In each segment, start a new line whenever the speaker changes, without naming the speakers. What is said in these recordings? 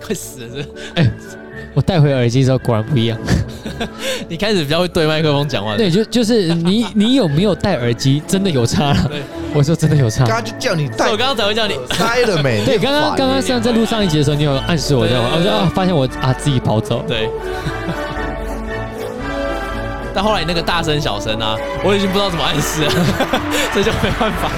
快死了是不是！
我戴回耳机之后果然不一样。
你开始比较会对麦克风讲话，
对，就就是你你有没有戴耳机，真的有差了
对。
我说真的有差
刚。刚就叫你
所以
戴
我刚刚才会叫你
耳塞了 没？
对，刚刚刚刚上在录上一集的时候，你有暗示我这样吗，
对
我
对对
说啊，发现我啊自己跑走。
对。 但后来你那个大声小声啊，我已经不知道怎么暗示了， 这就没办法。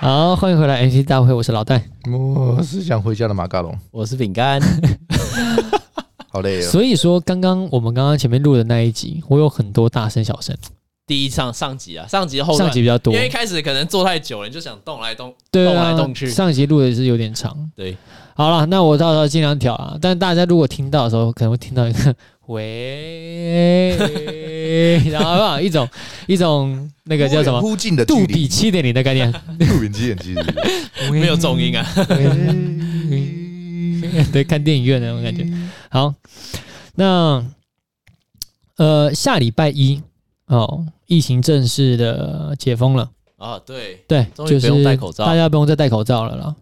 好，欢迎回来 MC 大会，我是老戴。
欸我是想回家的马卡龙，
我是饼干，
好累哦。
所以说，刚刚我们刚刚前面录的那一集，我有很多大声小声，
第一上上集啊，上集的后段
上集比较多
因，为一开始可能坐太久了，你就想动来动
对
动来
啊
动，去。
上集录的是有点长。
对，
好了，那我到时候尽量调啊。但大家如果听到的时候，可能会听到一 个喂， 然后好不好一种一种那个叫什么
忽远忽近的
杜
距
比
离，
七点零的概 念，
杜比之眼距离。
没有重音啊。
对，看电影院的那种感觉。好，那呃，下礼拜一哦，疫情正式的解封了，
啊，对。
对，
终于
就是
不用戴口罩
大家不用再戴口罩了啦。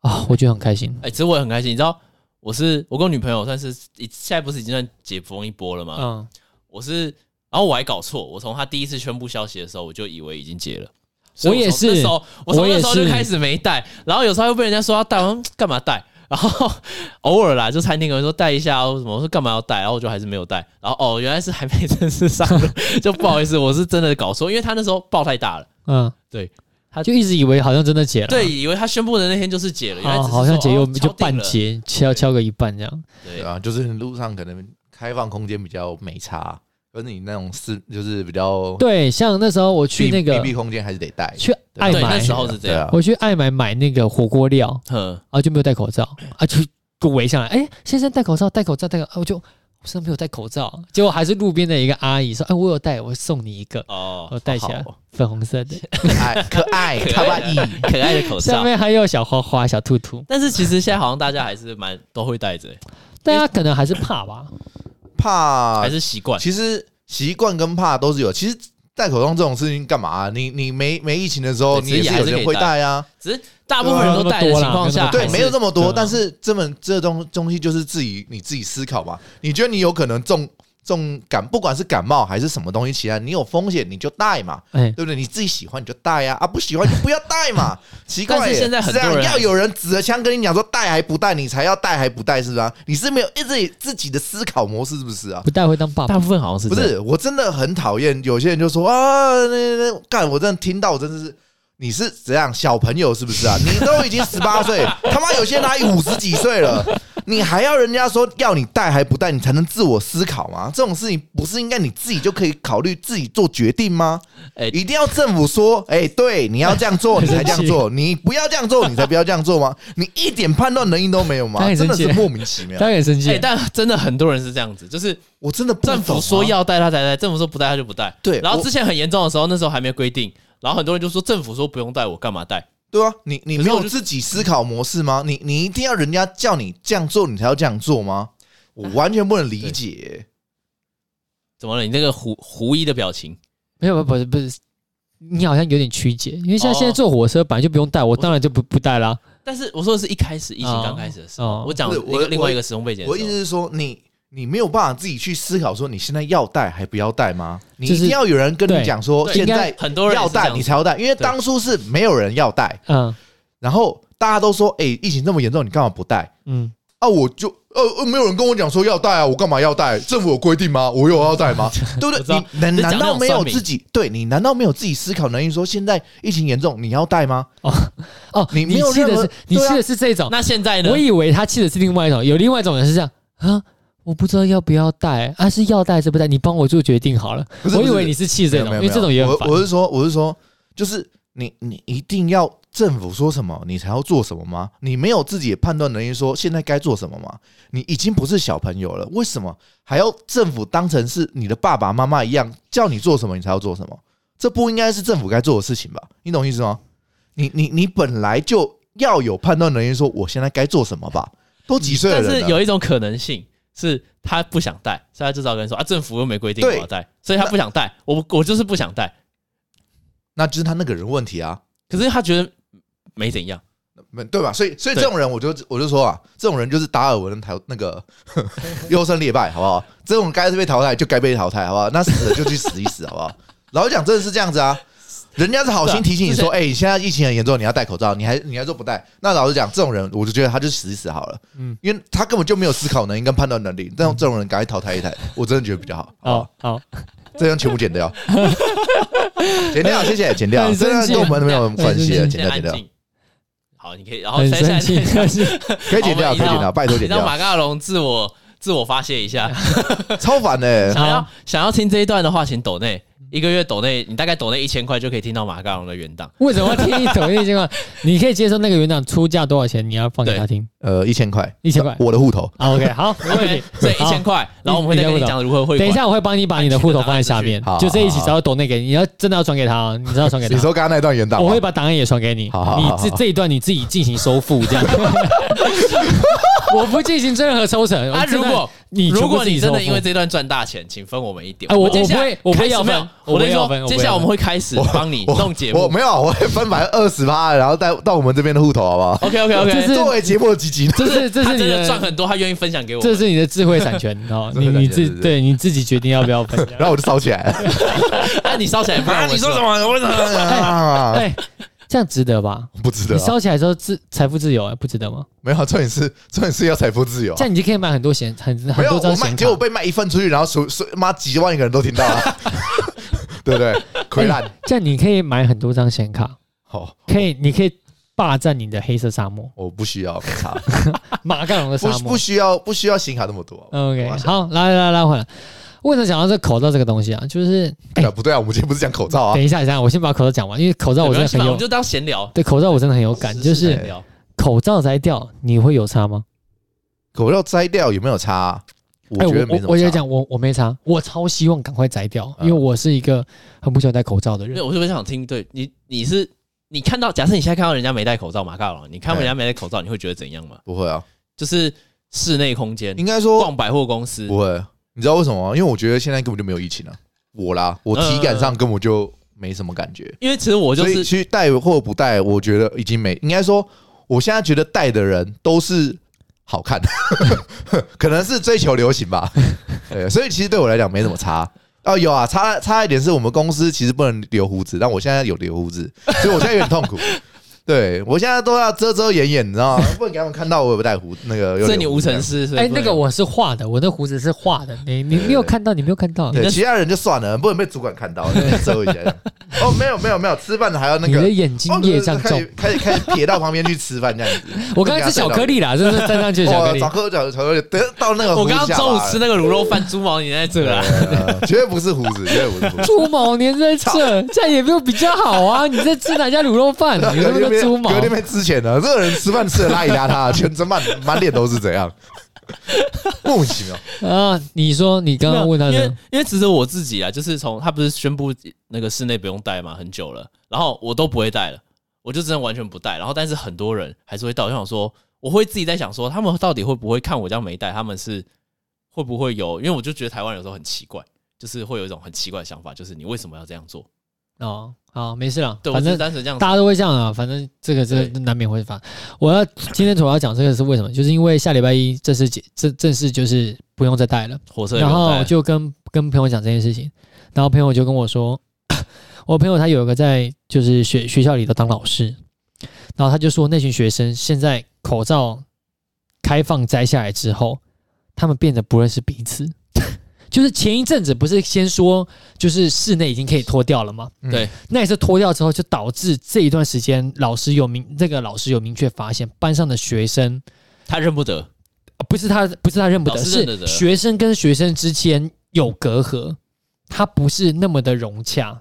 啊、我觉得很开心。
哎、其实我也很开心，你知道，我是我跟我女朋友算是一现在不是已经算解封一波了吗？
嗯，
我是，然后我还搞错，我从她第一次宣布消息的时候，我就以为已经解了。所以
我也
从那
是
时候我从
我也
那时候就是开始没戴，然后有时候又被人家说要戴，我说嗯干嘛戴？然后 偶尔啦，就餐厅有人说戴一下哦，什么我说干嘛要戴？然后我就还是没有戴。然后哦，原来是还没正式上路，就不好意思，我是真的搞错，因为他那时候爆太大了。
嗯，
对，
他就一直以为好像真的解了，
对，，以为他宣布的那天就是解了，原来只
啊哦，
是
好像
说
解
哦
又
敲
就
定
半
了
解，敲敲个一半这样。
对
对啊，就是路上可能开放空间比较没差，可是你那种是就是比较
对，像那时候我去那个
B B 空间还是得戴。
去爱
对，那
买
时，候是这
对
样。
啊，
我去爱买买那个火锅料，
嗯，
啊就没有戴口罩，啊就就围上来，哎、先生戴口罩，戴口罩，戴口罩，啊我就我身上没有戴口罩，结果还是路边的一个阿姨说，哎、我有戴，我送你一个，我
哦，
戴起来，
好
粉红色的，
可爱可爱卡哇伊，
可爱的口
上
罩。
面还有小花花、小兔兔，
但是其实现在好像大家还是蛮都会戴着、欸
大家啊可能还是怕吧，
怕
还是习惯。
其实习惯跟怕都是有。其实戴口罩这种事情干嘛啊、你你没没疫情的时候，
对
你也
其实
是
也还
有
是可
人
以
会戴啊。
只是大部分人都戴的情况下，
对
对
还，是
没有这么
对
多
啊，
但是这么这东东西就是自己你自己思考嘛。你觉得你有可能中中感，不管是感冒还是什么东西，其他你有风险你就戴嘛，
哎、
对不对？你自己喜欢你就戴啊，啊不喜欢就不要戴嘛。 奇怪耶、
但是现在很多人
是这啊样要有人指着枪跟你讲说戴还不戴，你才要戴还不戴是不是啊？你是没有一直自己的思考模式是不是啊？
不戴会当爸
大
爸，
部分好像是
不
这样
是，我真的很讨厌有些人就说啊，那那干，我真的听到，我真的是。你是怎样小朋友是不 是啊？你都已经十八岁，他妈有些人还五十几岁了，你还要人家说要你带还不带，你才能自我思考吗？这种事情不是应该你自己就可以考虑自己做决定吗？
哎
一定要政府说，哎、对，你要这样做，你才这 样做，你不要这样做，你才不要这样做吗？你一点判断能力都没有吗
他？很
真的
生
是
气
莫名其妙
大，家也生气啊
哎、，但真的很多人是这样子，就是
我真的不
政府
懂
说
啊
要戴他才戴，政府说不戴他就不戴。
对
然后
我
之前很严重的时候，那时候还没有规定，然后很多人就说政府说不用戴，我干嘛戴？
对啊，你你
可
没
是我
有
就
自己思考模式吗？你你一定要人家叫你这样做，你才要这样做吗？
啊
我完全不能理解。
怎么了？你那个狐狐疑的表情，
没有，不是不是，你好像有点曲解，因为像
哦
现在坐火车本来就不用带，我当然就不不带啦。
但是我说的是一开始疫情刚开始的时候，
哦哦
我讲
不是
一
我
个另外
我
一个时空背景的
我
时
意
候
思是说，你你没有办法自己去思考，说你现在要带还不要带吗？你
就
一
是
定要有人跟
对
你讲说，
对
现
应
在
很多人也
要
是这
带
样
你
子
才要带，因为
对
当初是没有人要带，
嗯
然后大家都说，哎，疫情这么严重，你干嘛不带？
嗯，
啊，我就呃呃，没有人跟我讲说要带啊，我干嘛要带？政府有规定吗？我有要带吗？对 不
我知道
对？你难
你讲
难
那
道
种
没有
算命
自己对你难道没有自己思考能力？说现在疫情严重，你要带吗？
哦，
你没
你
有
气
任
的
何
是你
对
气
啊
的是这种，
那现在呢
我？以为他气的是另外一种，有另外一种人是这样啊，我不知道要不要带，啊是要带是不带，你帮我做决定好了。
不是
我以
不是
为你是气这种，
没有
因为
没有
这种也很
我
烦。
我是说，我是说，就是你你一定要政府说什么，你才要做什么吗？你没有自己的判断能力，说现在该做什么吗？你已经不是小朋友了，为什么还要政府当成是你的爸爸妈妈一样，叫你做什么你才要做什么？这不应该是政府该做的事情吧？你懂意思吗？你你你本来就要有判断能力，说我现在该做什么吧？都几岁的
嗯
但
人啊
是
了，
有一种可能性是他不想戴，所以他就找个人说啊，政府又没规定我要戴，所以他不想戴，我我就是不想戴。
那就是他那个人问题啊。
可是他觉得没怎样，
没对吧？所以所以这种人，我就我就说啊，这种人就是达尔文的淘那个 优胜劣败，好不好？这种该被淘汰就该被淘汰，好不好？那死了就去死一死，好不 好？老实讲，真的是这样子啊。人家是好心提醒你
啊
说，哎、你现在疫情很严重，你要戴口罩，你还你还说不戴。那老实讲，这种人我就觉得他就死一死好了，嗯
嗯，
因为他根本就没有思考能力跟判断能力。但这种人赶快淘汰一台，我真的觉得比较好。好不好
好好，
这张全部剪 掉，剪掉，谢谢，剪掉，
很
这
生
张
气
跟我们没有关系了，啊
很
剪掉，剪
安
掉，
静。好，你可以，然后
很
再
生
再
气，
再
但是
可以剪掉，
好
可以剪掉，拜托剪
让马
掉，
卡龙自我自我发泄一 下。
超烦的，
想要想要听这一段的话，请抖内一个月抖内，你大概抖内一千块就可以听到马卡龙的原档。
为什么要听一抖音情况？你可以接受那个园长出价多少钱，你要放给他听
呃，一千块，
一千块。
我的户头，
好，OK，好，啊 没问
OK，
题。
所以一
好
千块，然后我们会再跟你讲如何汇
等一
款。
下，我会帮你把你的户头放在下面
好好，
就这一起只 要抖那给你，你要真的要转给他哦，你知道传给
你
他。
说刚刚那段原档吗，
我会把档案也传给你，
好好好好
你这这一段你自己进行收付， 这样。我不进行任何抽成。
啊，
我真
如
的
果
你全部
如果
自己
你真的
收
因为
付
这段赚大钱，请分我们一点。
哎我
接下
我不
来
会我不会
开始
要
没有我
分我不
跟你说，接下
会要分我不会
来
要
我们会开始帮你
我
弄节
我
目。
没有，我会分百分之二十八，然后带到我们这边的户头，好不好？
OK OK OK，
就是
作为节目的 积极，
这是这
他
是
真
你
的赚
的
很多，他愿意分享给我们。
这是你的智慧产权 哦，
智慧
你
产权
你
是
自
不是
对你自己决定要不要 分。
然后我就烧起来了。
啊，你烧起 来不然我知道？
么？我怎么？
哎，这样值得吧？
不值得
你
啊，哦
烧起来之后自财富自由，哎不值得吗？
没有，重点是重点是要财富自由啊
这。样你就可以买很多显很
没
很
有，
多
我
张
卖，
显
结
卡
果。被卖一份出去，然后数数妈几万个人都听 到了，对不对？亏烂，
这样你可以买很多张显卡，
好，
可以你可以霸占你的黑色沙 漠，
我不需要，没 差，
马盖龙的沙
不
漠
不。需要不需要显卡那么多。
OK，
我要想
好，来来来，回来。为什么讲到这口罩这个东西啊？就是，哎、
啊，不对啊，我们今天不是讲口罩啊
等，一下，等一下，我先把口罩讲完，因为口罩我
没
真
关
的
系
很
嘛，我
有
们，就当闲聊，
对口罩我真的很有感，就
时事
是
闲聊
口罩摘掉，你会有差吗？
口罩摘掉有没有差啊？我
哎
觉得没
我
什
我
么
也
差。
讲，我我没差，我超希望赶快摘掉，因为
嗯
我是一个很不喜欢戴口罩的
对，
人。
我是不是想听？对你，你是你看到，假设你现在看到人家没戴口罩，马卡龙，你看到
哎
人家没戴口罩，你会觉得怎样吗？
不会啊，
就是室内空间，
应该说
逛百货公司，
不会。你知道为什么吗？因为我觉得现在根本就没有疫情啊。我啦，我体感上根本就没什么感觉。
因为其实呃我就
所以
是
去戴或不戴，我觉得已经没，应该说，我现在觉得戴的人都是好看， 可能是追求流 行吧。对，所以其实对我来讲没什么差。哦，有啊，差差一点是我们公司其实不能留胡子，但我现在有留胡子，所以我现在有点痛 苦。对我现在都要遮遮掩掩，你知道吗？不能给他们看到我有戴胡那个有留胡子。
这你无尘师，所以
哎、
不
那
能
个我是画的，我那胡子是画的，你你没有看到，你没有看到，
对，其他人就算了，不能被主管看到，遮一下。哦，没有没有没有，吃饭的还要那
你
个
的眼睛业障
哦开
重
始。开始开始撇到旁边去吃饭这样子。
我刚才吃巧克力啦，这是沾上去的巧克
哇，
力
巧。克力，巧克力，等到那个
我
胡子
刚刚
下
中午
巴了
吃那个卤肉饭，猪毛你在这啊，
呃绝对不是胡子，绝对不是胡子。
猪毛粘在这，这样也没有比较好啊！你在吃哪家卤 肉饭？ 你那
隔
个
天
猪毛
隔，天被之前的这个人吃饭吃的邋里邋遢，全身满满脸都是怎样，莫名其妙。
啊，你说你刚刚问他
因为
的，
因为其实我自己啊，就是从他不是宣布那个室内不用戴嘛，很久了，然后我都不会戴了，我就真的完全不戴。然后但是很多人还是会戴，我就想说，我会自己在想说，他们到底会不会看我这样没戴？他们是会不会有？因为我就觉得台湾有时候很奇怪，就是会有一种很奇怪的想法，就是你为什么要这样做？
哦，好，没事了，
对我
反
只是
正
单纯这样子
大。家都会这样啊，反正这个这个难免会发。我要今天主要讲这个是为什么？就是因为下礼拜一正式解正正式就是不用再带了，
火车也
然
不用戴
后就跟跟朋友讲这件事情，然后朋友就跟我说， 我朋友他有一个在就是学学校里头当老师，然后他就说那群学生现在口罩开放摘下来之后，他们变得不认识彼此。 就是前一阵子不是先说，就是室内已经可以脱掉了吗？
嗯
对，
那也是脱掉之后，就导致这一段时间老师有明这个老师有明确发现班上的学生
他认不得，
呃不是他，不是他认不得，
老师认得
是
的
学生跟学生之间有隔阂，他不是那么的融洽，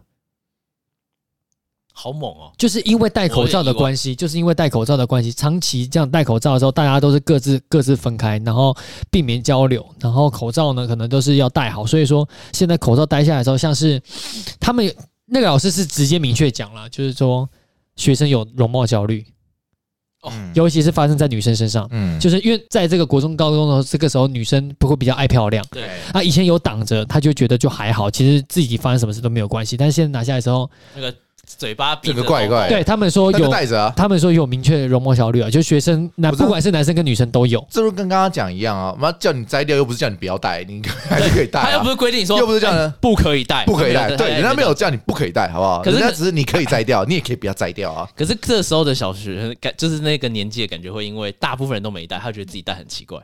好猛哦、
就是因为戴口罩的关系，就是因为戴口罩的关系，长期这样戴口罩的时候，大家都是各自各自分开，然后避免交流，然后口罩呢可能都是要戴好，所以说现在口罩戴下来之后，像是他们那个老师是直接明确讲了，就是说学生有容貌焦虑，
哦
嗯
尤其是发生在女生身上。
嗯
就是因为在这个国中、高中的时候，这个时候女生不会比较爱漂亮，
对，
啊，以前有挡着，他就觉得就还好，其实自己发生什么事都没有关系。但是现在拿下来之后，
那个嘴巴闭
这
着，
个怪怪，
对，他们说
那就
有，
哎带着啊。
他们说有明确的容嬷小绿啊，就学生那
不是啊
不管是男生跟女生都有。
这就跟刚刚讲一样啊，妈叫你摘掉又不是叫你不要戴，你还是可以戴、
他又
啊
不，是规定说
又不是这样的
哎不可以戴，
不可以戴。
他没有
对，人家没。
他
有叫你不可以戴，好不好？
可是
人家
可
只是你可以摘掉，啊你也可以不要摘掉啊。
可是这时候的小学生感，就是那个年纪的感觉，会因为大部分人都没戴，他觉得自己戴很奇怪，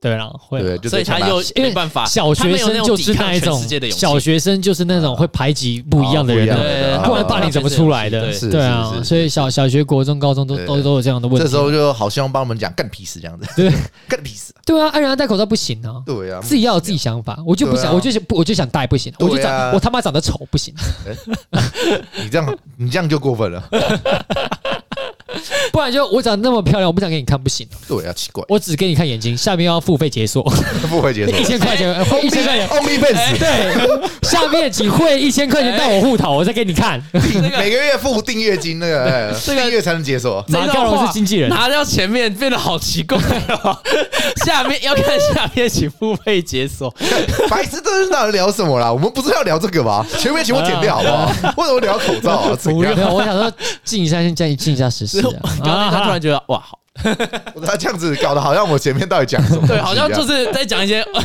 对啦，会啦
对，就
所以他又
因为
没办法。
小
啊他
学
没有
生
那
就是
抵抗
那一
全
种
世界的，勇气
小学生就是那种会排挤不一样的人
啊哦不一
的，
样
对，
不然霸凌怎么出来的
对？
是
对
是
啊，
是是
所以小小学、国中、高中都
对
都都有这样的问
这
题
时。候就好希望帮我们讲干屁事这样子，
对，
干屁事。
对啊，哎，人家戴口罩不行啊。
对啊，
自己要有自己想法，我就不
对
想，
啊
我就想，不我就想戴不行，我就
对啊
长，我他妈长得丑不行，
你这样你这样就过分了。
不然就我长那么漂亮，我不想给你看不行，
对啊，奇怪，
我只给你看眼睛，下面要付费 解锁
不会接受。
一千块
哎
钱，会一千块钱，
Only fans，
对，下面请汇一千块钱到我户头，我再给你看。
那个
每个月付订阅金，那个哎
这个
订阅才能解锁。
这
马
段
高
话
龙是经纪人，
拿掉前面变得好奇怪哦。下面要看下面，请付费解锁。
白痴，这是到底聊什么啦？我们不是要聊这个吧？前面请我剪掉好不好？为什么聊口罩 啊？怎
没
样？
有，我想说静一下，先静静一下时事
刚
啊。
刚他突然觉得哇，好，
他这样子搞得好像我前面到底讲什么东西
对，
一样？
好像就是哦在讲一 些哦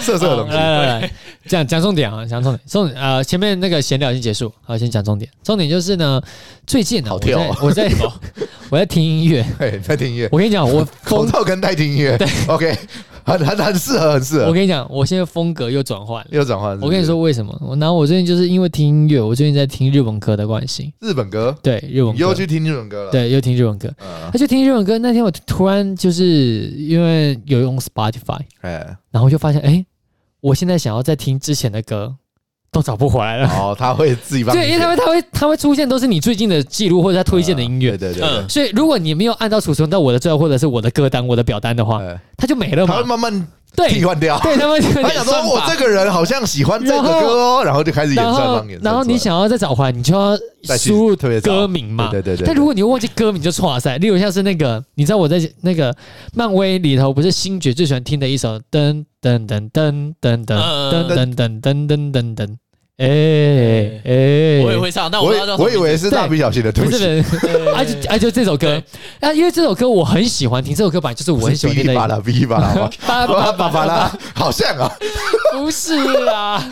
色色的东西。
来来来，讲讲重点啊，讲重点。重点呃，前面那个闲聊已经结束，好，先讲重点。重点就是呢，最近啊，
好
我
跳
在
哦
我在我在听音乐。
嘿，哎在听音乐，
我跟你讲，我
口
风，
罩跟代听音乐，OK，很很很适合，很适
我
合。
跟你讲，我现在风格又转换了。
又转换，
我跟你说，为什么？我然后我最近就是因为听音乐，我最近在听日文歌的关系，
日本歌，
对日文
你又
歌，
去听日本歌了。，
对又听日文歌。
嗯，
他就听日文歌那天，我突然就是因为有用 Spotify，
哎，
然后就发现，哎、我现在想要再听之前的歌，都找不回来了。
哦，他会自己帮你
对，因
选。
为他会他会他会出现都是你最近的记录或者他推荐的音乐，
嗯对对对
嗯
所以如果你没有按照储存到我的最后或者是我的歌单、我的表单的话，
对，哎
它就没了
他会
嘛。
慢慢
嗯对，
替换掉。
对他们
他
就。
想说，我这个人好像喜欢这个
然后
歌哦，然后就开始演
然
算
后
方演算出来。
然后你想要再找回来，你就要
再去
输入
特别找
歌名嘛。
对对对对
但如果你又忘记歌名，就错赛。例如像是那个，你知道我在那个漫威里头，不是星爵最喜欢听的一首噔噔噔噔噔噔噔噔噔噔噔噔噔，呃哎哎，
我也会唱，但我
我
不知
以
道叫什么
我以为是
对
蜡笔小新的，对
不
不
是
起，
不是，啊就啊就这首歌
对
啊，因为这首歌我很喜欢听，这首歌本来就是我很喜欢听
哔哩
的。
吧啦，哔哩吧啦，好
巴 巴
吧巴拉巴巴拉，好像啊，
啊不是啦，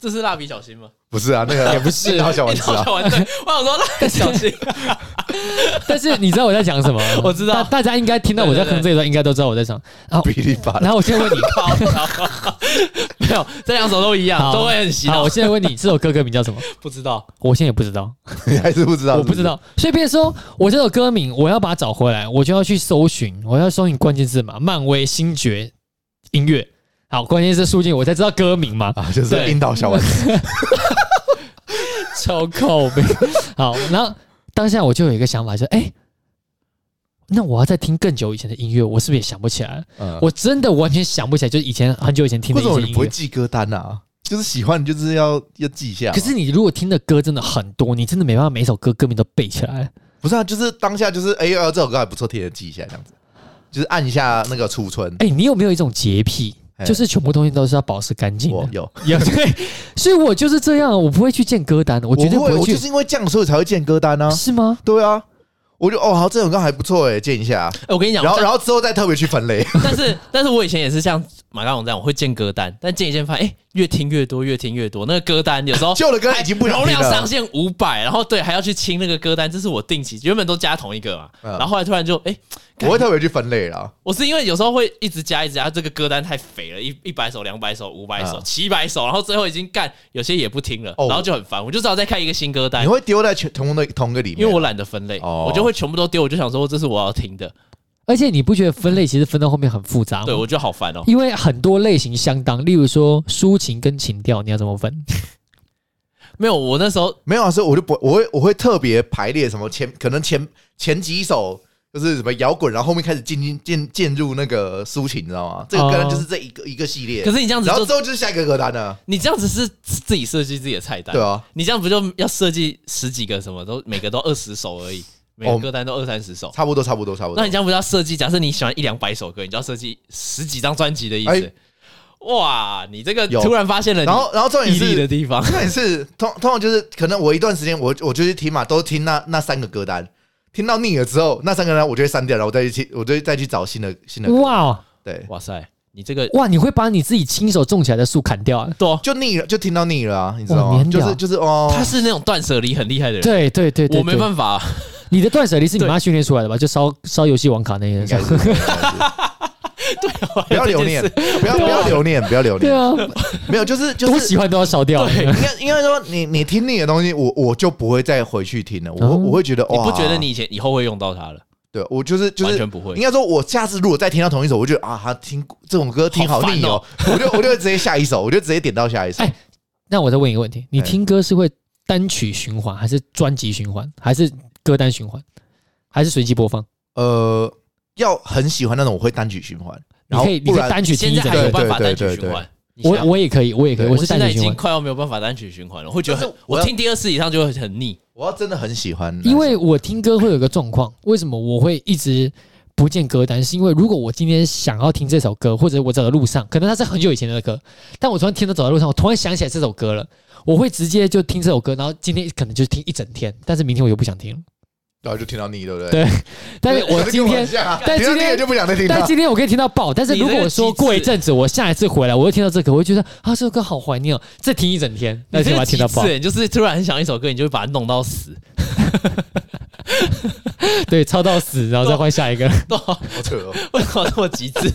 这是蜡笔小新吗？
不是啊，那个
也不是
樱桃小丸子
小
啊，
丸子，我想说蜡笔小新，
但是你知道我在 讲什么？
我知道
大大家应该听到我在哼这一段，应该都知道我在讲。
哔哩吧啦
然，后我现在问你，
好好好没有，这两首都一样，
好
都会很洗
好，
脑
我。现在问你，这首歌歌名叫什么？
不知道，
我现在也不知道，
你还是不知道，
我不知道。所以变成说我这首歌名，我要把它找回来，我就要去搜寻，我要搜寻关键字嘛，漫威星爵音乐。好，关键字输进，我才知道歌名 嘛，
啊，就是
对
樱桃小丸子，
超靠背。好，然后当下我就有一个想法，就是哎、那我要再听更久以前的音乐，我是不是也想不起来了？
嗯
我真的完全想不起来，就是以前很久以前听的
为
一
什么
些
你
音
不会
乐。
记歌单啊？就是喜欢，就是要要记一下嘛。
可是你如果听的歌真的很多，你真的没办法每首歌歌名都背起来。
不是啊？就是当下就是哎呀，这首歌还不错，贴着记一下这样子，就是按一下那个储存。
哎、你有没有一种洁癖？
哎
就是全部东西都是要保持干净
我
的。
有，
有对，所以我就是这样，我不会去建歌单的，我
我
绝对
不
不
会，
会
我
去。
就是因为这样所以才会建歌单啊。
是吗？
对啊，我就哦好，这首歌还不错哎，建一下。
哎我跟你讲，
然后
但
然后之后再特别去分类。
哦
但是 但是我以前也是像马刚龙这样，我会建歌单，但建一建发现，哎，越听越多，越听越多，那个歌单有时候
旧的歌已经不想
容
听
量上
了，
限五百，然后对还要去清那个歌单，这是我定期原本都加同一个嘛，
嗯
然后后来突然就哎，
我会特别去分类啦。
我是因为有时候会一直加一直加，这个歌单太肥了，一一百首、两百首、五百首、
嗯
七百首，然后最后已经干有些也不听了，
哦
然后就很烦，我就只好再看一个新歌单
你，会丢在全同的同一个里面，
因为我懒得分类，
哦
我就会全部都丢，我就想说这是我要听的，
而且你不觉得分类其实分到后面很复杂吗？
嗯
对我觉得好烦哦。
因为很多类型相当，例如说抒情跟情调，你要怎 么分？
没有，我那时候
没有啊，所以我就不我会我会特别排列什么前可能前前几首就是什么摇滚，然后后面开始进进进进入那个抒情，你知道吗？这个歌单就是这一个、一个系列，
哦可是你这样子
然后
就
之后就是下一个歌单呢、
你这样子是自己设计自己的菜单，
对啊，
你这样不就要设计十几个什么都每个都二十首而已，每
哦
个歌单都二三十首。
差不多差不多差不多
那你。这样不是要设计？假设你喜欢一两百首歌，你就要设计十几张专辑的意思。
哎
哇，你这个
有
突然发现了你
然后然后重点
毅力
是
的地 方，
重点是通通常就是可能我一段时间我我就去听嘛，都听那那三个歌单，听到腻了之后，那三个歌单我就会删掉，然后我再去我就再去找新的新的歌。
哇
对，
哇塞，你这个
哇，你会把你自己亲手种起来的树砍掉、啊？
多，
就腻了，就听到腻了啊，你知道
哇你
吗？
很
就
屌
是就是哦，
他是那种断舍离很厉害的人，
对对对对
我没
对
办法，
你的断舍离是你妈训练出来的吧？就烧烧游戏网卡那些
应该
人。
是应该是 不要留 念，不要不要留念，不要 留
对
念，
啊，
没有就是就
多
是
喜欢都要烧掉。
对
应该应该说你你听腻的东西，我我就不会再回去听了，我
哦
我会觉得
你
哇，
不觉得你以前以后会用到它了？
对我就是就
完
是
全不会
应。该说，我下次如果再听到同一首，我就觉得啊，他听这种歌听好腻哦，
好
我就我就直接下一首，我就直接点到下一首。
哎 那我再问一个问题：你
哎
听歌是会单曲循环，还是专辑循环，还是歌单循环，还是随机播放？
呃，要很喜欢那种，我会单曲循环，
你
然后
可以，你
不
可
然
以单曲听
现
一
在
整
还有
个。
办法单曲
对对
循环？你想
我我也可以，我也可以，
对
我
我
是
现
单
在
曲
已
循
经
环，
快要没有办法单曲循环了，我会觉得
但
很
是，我
我
要
听第二次以上就会很腻。
我要真的很喜欢那首，
因为我听歌会有一个状况，为什么我会一直不见歌单？是因为如果我今天想要听这首歌，或者我走在路上，可能它是很久以前的歌，但我突然听到走在路上，我突然想起来这首歌了，我会直接就听这首歌，然后今天可能就听一整天，但是明天我又不想听了。
然后就听到腻，对不对？
对但是我
可是
今
跟
天
很。像啊
但
听到
今天
腻了就不想再听
但
了。
今天我可以听到爆，但是如果我说
你这个机制
过一阵子，我下一次回来，我又听到这个，我会觉得啊，这首歌好怀念哦，再听一整天， 那
你
就
这
把
个
它听
极
到爆。
致，你就是突然很想一首歌，你就会把它弄到死。
对，抄到死，然后再换下一个。
对，啊
好扯哦
为什么那么极 致？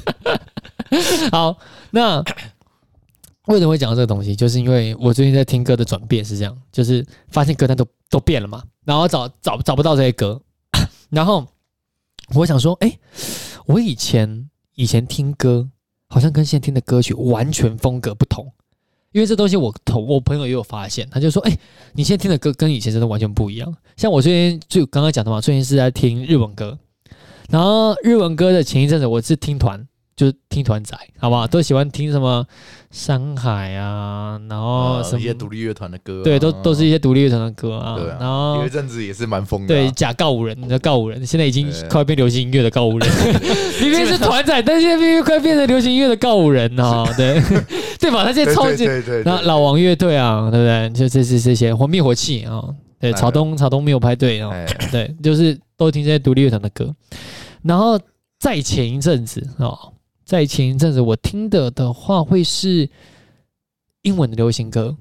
好，那为什么会讲到这个东西？就是因为我最近在听歌的转变是这样，就是发现歌单都都变了嘛，然后找找找不到这些歌， 然后我想说，哎、我以前以前听歌好像跟现在听的歌曲完全风格不同。因为这东西我同我朋友也有发现，他就说：“哎、你现在听的歌跟以前真的完全不一样。像我最近就刚刚讲的嘛，最近是在听日文歌，然后日文歌的前一阵子我是听团，就是听团仔，啊好不好？都喜欢听什么山海啊，然后
嗯
什么、
一些独立乐团的歌啊，
对，都都是一些独立乐团的歌啊。
对啊
然后
有一阵子也是蛮疯的
对
啊，
假告五人，你的告五人现在已经
对
快变流行音乐的告五人， 明明是团仔，但现在明明快变成流行音乐的告五人 啊、对 对吧？他现在
对
超
对
级，
对对，对
然后老王乐队啊，对不对？就这这这些黄灭火器啊、对，
哎
草东草东没有派对啊、
哎
对，就是都听这些独立乐团的歌。然后再前一阵子哦，在前一阵子我听的的话会是英文的流行歌，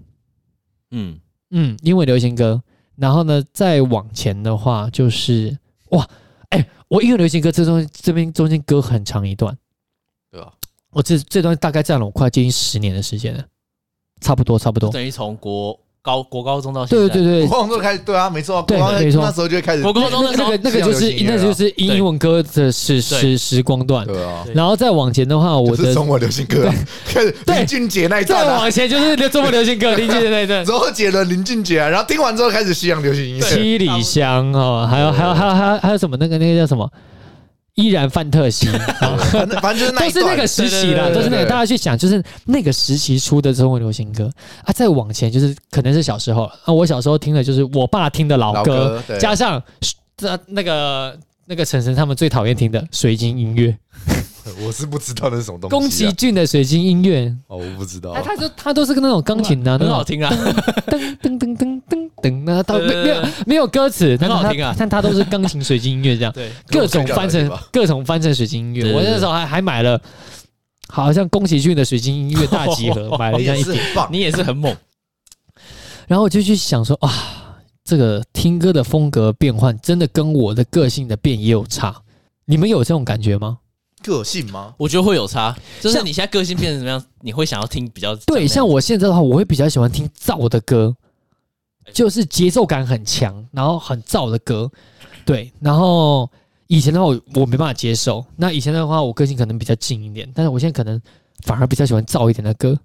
嗯，
嗯，英文流行歌。然后呢，再往前的话就是哇，哎、我英文流行歌这中这边中间隔很长一段，
对啊吧？
我这这段大概占了我快接近十年的时间了，差不多差不多。
等于从国高国高中到现在，
对对 对
国，光就开始，对啊，没错啊，
对
国光
没错
那时候就会开始
国，高中
那
的时
那
候
个那个就是
西洋流行音乐
那
啊
就是英文歌的时时时光段，
对啊，
对
然后再往前的话，我
就是
的
中国流行歌啊，开始
对
林俊杰那一段
再
啊，
往前就是中国流行歌林俊杰那一 段，
周杰伦、林俊杰啊，然后听完之后开始西洋流行音乐，
七里香哦，还有还有还有还有还有什么那个那个叫什么？依然范特西，
反正反正就是那
都
一
是那
段
个时期啦，
对对对对
都是那
对
个
对
大家去想，就是那个时期出的中文流行歌啊。再往前就是可能是小时候了啊，我小时候听的就是我爸听的老
老
歌，
歌，对
加上这那个那个晨晨他们最讨厌听的水晶音乐，
我是不知道那是什么东西、啊。
宫崎骏的水晶音乐，
哦，我不知道
他。他都他都是那种钢琴的、啊，
很好听啊，
那种噔噔噔噔噔噔啊，他
对
没
对对
没有没有歌词，但
很好
是他
听啊
但他都是钢琴水晶音乐这 样，
对，
各种翻成各种翻成水晶音乐。
对对
我
对
那时候还还买了，好像宫崎骏的水晶音乐大集 合，买了
你
这样
也
一
是
顶，
很棒，
你也是很猛，
然后我就去想说哇，这个听歌的风格变换真的跟我的个性的变也有差。你们有这种感觉吗？
个性吗？
我觉得会有差。就是
像
你现在个性变成什么样，你会想要听比较
对，像
我
我现在的话，我会比较喜欢听燥的歌，
哎
就是节奏感很强，然后很燥的歌。对，然后以前的话我，我没办法接受。那以前的话，我个性可能比较静一点，但是我现在可能反而比较喜欢燥一点的歌。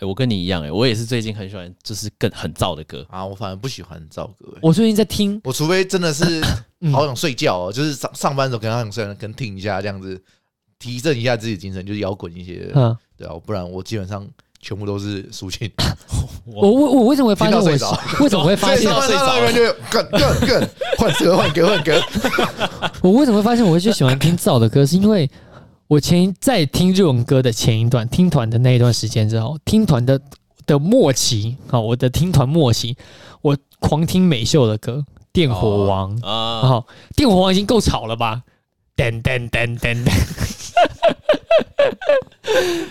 我跟你一样哎、我也是最近很喜欢就是更很燥的歌，
啊，我反而不喜欢赵哥、欸。
我最近在听，
我除非真的 是
嗯
好想睡觉哦，就是上上班的时候可能好想睡，可能听一下这样子，提振一下自己精神，就是摇滚一些，
嗯，
对啊，不然我基本上全部都是抒情。
我我我为什么会发现
听到
我
睡着
为什么会发
所以
现
上班上到一半就更更更换歌换歌换歌，
我为什么会发现我会去喜欢听燥的歌，是因为我前在听日文歌的前一段，听团的那一段时间之后，听团的的末期啊，我的听团末期，我狂听美秀的歌，《电火王》
啊、
然后《电火王》已经够吵了吧？噔噔噔噔 噔，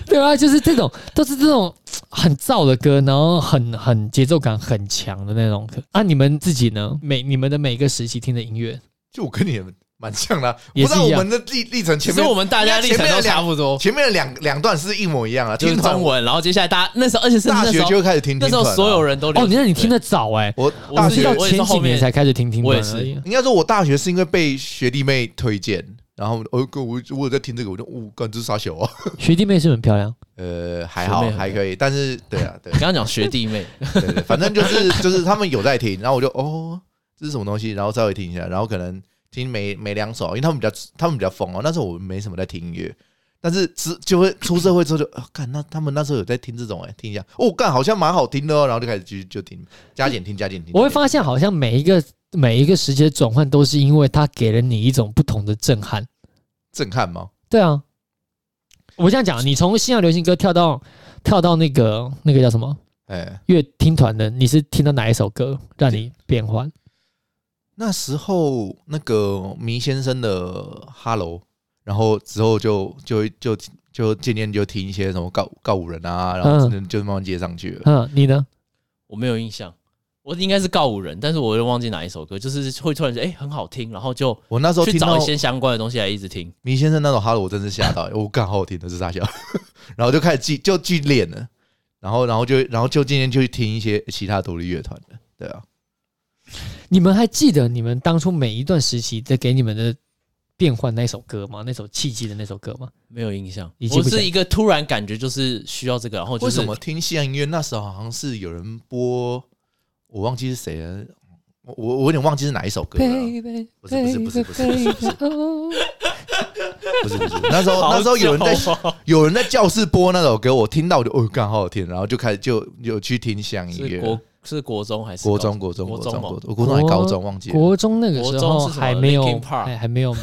对啊，就是这种，都是这种很燥的歌，然后很很节奏感很强的那种歌啊。你们自己呢？每你们的每个时期听的音乐，
就我跟你也蛮像的啊、
也
不
是
知
一样
道我们的历历程
其
前
实
面
我们大家历程都差不多，
前面的两两段是一模一样啊，
就是
听团
中文，然后接下来大家那时候，而且是
大
那时
学
候
就开始听听
那时候
团了
所有人都流
哦，你那你
对
听得早哎、
我
我
大
我
是
是
学
到
有我也是
前
后
几
面
年才开始听听
我也
团
是
而已。
应该说，我大学是因为被学弟妹推荐，然后我我我我有在听这个，我就哦，干这是啥小啊？
学弟妹是不是很 漂亮，
呃，还
学
好
妹很
还可以，但是对啊对
你刚刚讲学弟妹，
对对， 反正就是就是他们有在听，然后我就哦这是什么东西，然后稍微听一下，然后可能听没没两首，因为他们比较他们比较疯哦，那时候我没什么在听音乐。但是之就会出社会之后就，啊，看那他们那时候有在听这种哎、听一下，哦，干好像蛮好听的哦，然后就开始继续就听，加减听加减听。
我会
加减听
发现好像每一个每一个时节转换都是因为它给了你一种不同的震撼。
震撼吗？
对啊，我这样讲，你从西洋流行歌跳到跳到那个那个叫什么
哎、
乐听团的，你是听到哪一首歌让你变换？
那时候那个迷先生的《Hello》，然后之后就就就就渐渐就听一些什么告告五人啊，然后
嗯
真的就慢慢接上去了。
嗯，你呢？
我没有印象，我应该是告五人，但是我又忘记哪一首歌，就是会突然觉得哎、很好听，然后就
我那时候
去
听
找
到
一些相关的东西来一直听。
迷先生那种《Hello》，我真是吓到，我干好好听的是傻笑， 然后就开始记就去练了，然后然后就然后就渐渐就去听一些其他独立乐团的，对啊，
你们还记得你们当初每一段时期在给你们的变换那首歌吗？那首契机的那首歌吗？
没有印象
你，记
我
不记得
是一个突然感觉就是需要这个，然后就
为
是
什么听西洋音乐那时候好像是有人播，我忘记是谁了，我我我有点忘记是哪一首歌了。啊不是不是不是不是不是不是
oh,
不是不是，那时候那时候有人在
好久哦
有人在教室播那首歌，我听到我就哦，干好好听，然后就开始就有去听乡 音
是
乐。
国是国中还是
国
高
中、国中、
国
国
中
中、
吗
国中、国中还高中忘记了
国中那个时
国中
候
是什么
还没有哎
Linkin Park
还还没 有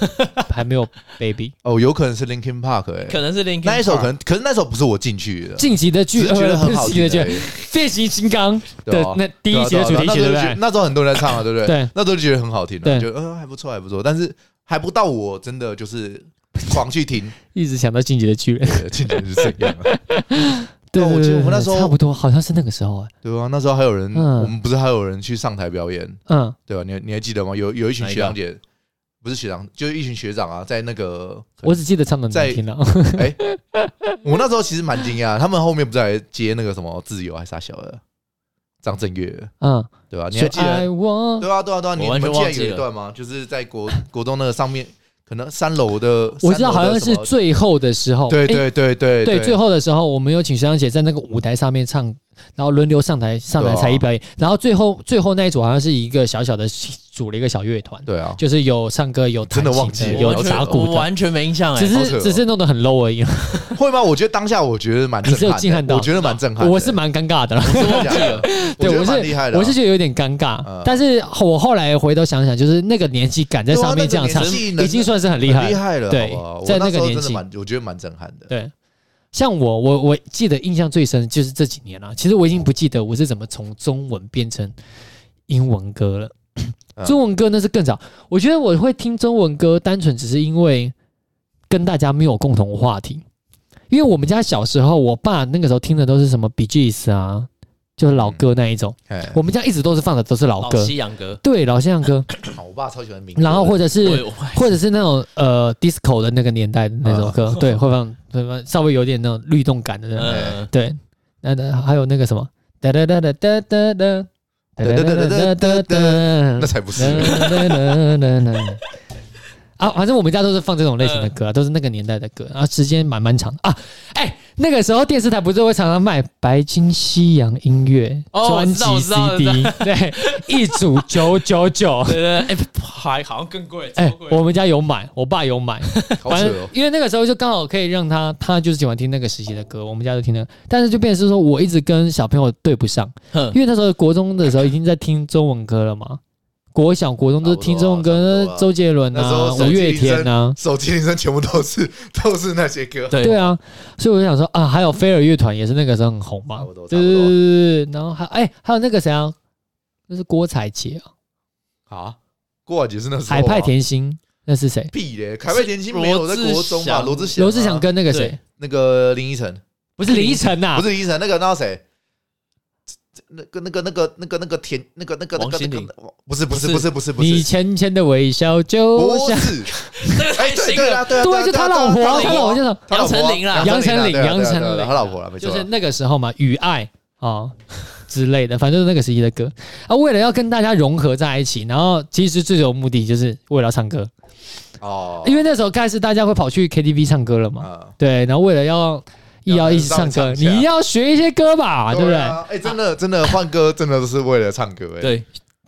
还没有 baby
哦，有可能是 Linkin Park 哎、
可能是 Linkin
那一首
Park
可能，可是那首不是我进去的，
晋级的
只
巨
是觉得很好
晋级
听
的巨
而已，
变形金刚
对
的
吧？
那第一集的主题曲对
对
不
啊对
对？
啊那时候就那时候很多人在唱啊，对不对？
对，
那时候就觉得很好听啊，
对
就嗯还不错，还不错，但是还不到我真的就是 狂去听，
一直想到晋级的巨人。
对进去是这样啊。
对，
我
对
记得
对
我们那时候
差不多，好像是那个时候啊。
对啊，那时候还有人，
嗯
我们不是还有人去上台表演，
嗯，
对吧、你你还记得吗？有有一群
哪一
学
个啊
长姐，不是学长，就是一群学长啊，在那个
我只记得唱的难听了。
我那时候其实蛮惊讶，他们后面不是还接那个什么自由还是啥小的张震岳，
嗯，
对吧、你
说
还记得？
我
对啊，对啊，对啊，你
我完
你
全
们记得
忘记
有一
了
段吗？就是在国国中那个上面，可能三楼的，
我知道
三
好
楼的
像是
什么
最后的时候。
对
诶
对对对
对，最后的时候，我们有请学长姐在那个舞台上面唱，然后轮流上台上台
对啊
才艺表演，然后最后最后那一组好像是一个小小的组了一个小乐团，
对啊，
就是有唱歌，有弹
真的忘
琴
记了
我
有
完
有
全
打鼓
我
的，
完全没印象哎、
只
好扯
是
哦
只是弄得很 low 而已。
会吗？我觉得当下我觉得蛮
你是有
震
惊撼
撼的，
到
我觉得蛮震撼的，
我是蛮尴尬的啦，
真的假的，我
对
觉
我
得
是
蛮厉害的啊，
我是觉得有点尴尬
嗯，
但是我后来回头想想，就是那个年纪敢在
对啊
上面这样唱，
那个年纪能
已经算是很厉
很
害
厉。害了，
对
好不好我
在那
那
个
时候
年
真的
纪
蛮，我觉得蛮震撼的。
对，像我我我记得印象最深就是这几年啦、其实我已经不记得我是怎么从中文变成英文歌了。
嗯
中文歌那是更早，我觉得我会听中文歌，单纯只是因为跟大家没有共同话题。因为我们家小时候，我爸那个时候听的都是什么 b g s 啊，就是老歌那一种。
哎，
我们家一直都是放的都是老
老
歌，
西洋歌，
对老西洋歌，
我爸超喜欢民歌的，
然后或者是
对，我
或者是那种呃 disco 的那个年代的那首歌，对，会放会放稍微有点那种律动感的那种，
嗯，
对。那那还有那个什么，哒哒哒哒哒哒哒，哒哒哒哒哒
那
哒
才不是，
嗯哒，啊，反正我们家都是放这种类型的歌、啊，都是那个年代的歌，然后时间蛮蛮长的啊。哎、那个时候电视台不是会常常卖白金西洋音乐
哦我
专
知道
辑
我知道
CD，对，一组九九九。
对对对，哎、还好像更贵，
哎、
超贵。
我们家有买，我爸有买，
好
反
扯
正
哦。
因为那个时候就刚好可以让他，他就是喜欢听那个时期的歌，我们家就听那个，但是就变成是说我一直跟小朋友对不上，
哼
因为那时候国中的时候已经在听中文歌了嘛，国小、国中都是听这种歌，
差不多啊差不多啊
周杰伦
那时
啊、
候手
五
机
月
铃声
天啊，
手机铃声全部都是都是那些歌，
对
对啊，所以我就想说啊，还有飞儿乐团也是那个时候很红嘛
差不，多
对对对对对，然后还哎、还有那个谁啊，就是郭采洁啊，
啊，
郭尔杰是那时候啊
海派甜心，那是谁？
屁嘞，海派甜心没有
罗
在
志
国中吧？
祥
罗志祥啊，
罗志祥跟啊那个谁
对，
那个林依晨，
不是林依晨呐
不，是林依晨，那个那谁？那个、那个、那个、那个、那个田，那个、那个、那
王
个、那
心凌
个，不是、不是、
不是
不是、不是、不
你
是，
浅浅的微笑就
不
像，
是，
这个
哎，
太
对
新
对
了，
啊，对啊，
对，
对啊，
就他老婆啊，
对
他
啊
老婆就是
他老婆啊
杨丞琳啦
杨丞琳
对啊对啊
杨丞琳
对啊对啊他老婆了，没错
就
啊，
是那个时候嘛，与爱啊 之类的，反正就是那个时期的歌啊。为了要跟大家融合在一起，然后其实最有目的就是为了要唱歌，
哦，
因为那时候开始大家会跑去 KTV 唱歌了嘛，
啊，
对，然后为了要一要一起唱
要
歌，
能上唱下
你要学一些歌吧，对不
对
对？
啊？哎，真的，真的换歌真的都是为了唱歌，哎，
对，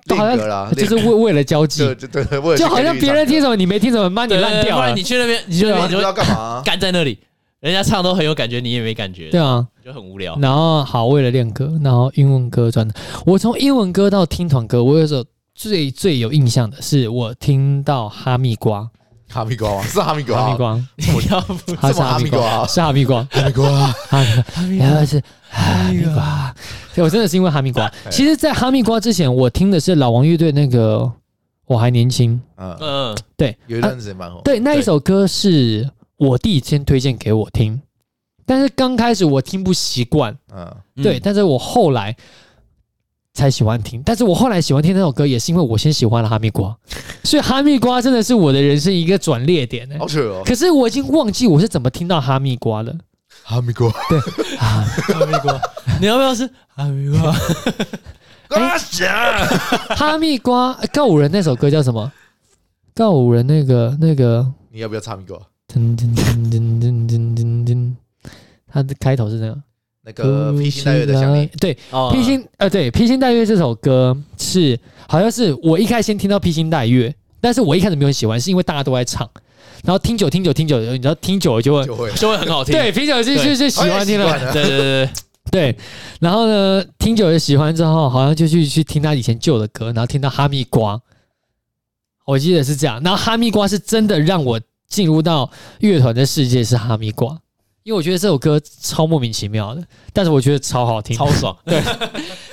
都好
练
像
歌啦，
就是
练
为为了交
就
际，
就对，为了
就
去
好像
KTV
别人
唱歌
听什么你没听什么，妈你
对对
烂
对
掉
不然
了
你，去那边，你就
对啊
你
你
不
就
知道干嘛啊？
干在那里，人家唱都很有感觉，你也没感觉，
对啊。
就很无聊。
然后好，为了练歌，然后英文歌转的。我从英文歌到听团歌，我有一首最最有印象的是，我听到哈密瓜，
哈密瓜吗？是哈密瓜啊，
哈密瓜，
你 要不
它
这
是
么
哈
哈
密
密
瓜，
瓜，
是哈密瓜，啊
哈密瓜，
哈密瓜，然后是哈密瓜。哎对，我真的是因为哈密瓜。其实，在哈密瓜之前，我听的是老王乐队那个《我还年轻》，
嗯，
嗯，
对
有一段时间蛮红，
对，那一首歌是我弟先推荐给我听，但是刚开始我听不习惯。
嗯，
嗯
对，但是我后来才喜欢听，但是我后来喜欢听那首歌，也是因为我先喜欢了哈密瓜， 所以哈密瓜真的是我的人生一个转捩点呢、
好扯哦，
可是我已经忘记我是怎么听到哈密瓜了
哈密瓜，
啊！哈密瓜，
嗯你要不要是哈密瓜？
瓜侠，
哈密瓜，呃告五人那首歌叫什么？告五人那个那个，
你要不要唱哈密瓜？
噔噔噔噔噔噔噔噔，它的开头是那个。
那个披星戴月的想你，
对，
哦
披星呃，对，披星戴月这首歌是好像是我一开始先听到披星戴月，但是我一开始没有喜欢，是因为大家都在唱，然后听久听久听久，呃你知道听久了就会
就会
就会很好听。
对，听久了就就
对
就喜欢听
哎好像也习惯
了，
对对对对，
对，然后呢，听久了喜欢之后，好像就去去听他以前旧的歌，然后听到哈密瓜，我记得是这样，然后哈密瓜是真的让我进入到乐团的世界是哈密瓜。因为我觉得这首歌超莫名其妙的，但是我觉得超好听，
超爽。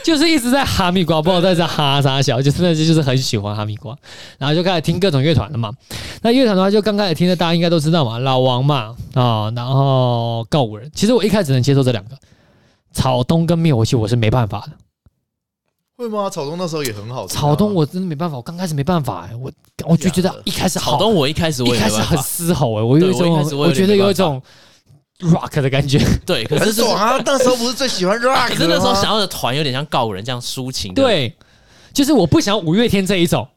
就是一直在哈密瓜，不知道在这哈啥小，就真的就是很喜欢哈密瓜，然后就开始听各种乐团了嘛。那乐团的话，就刚开始听的，大家应该都知道嘛，老王嘛啊、然后告五人。其实我一开始只能接受这两个，草东跟灭火器我是没办法的。
会吗？草东那时候也很好听啊，
草东我真的没办法，我刚开始没办法、我我就觉得一开始 好
草东，我一开始我
一
也没
开始
办
很
法，
嘶吼哎、我有一
对我
种
一开始我有点
觉得有一种 rock 的 感觉，
对，可
很
是就是
爽啊，那时候不是最喜欢 rock，
可是那时候想
的吗
要的团有点像告人这样抒情的，
对，就是我不想五月天这一种。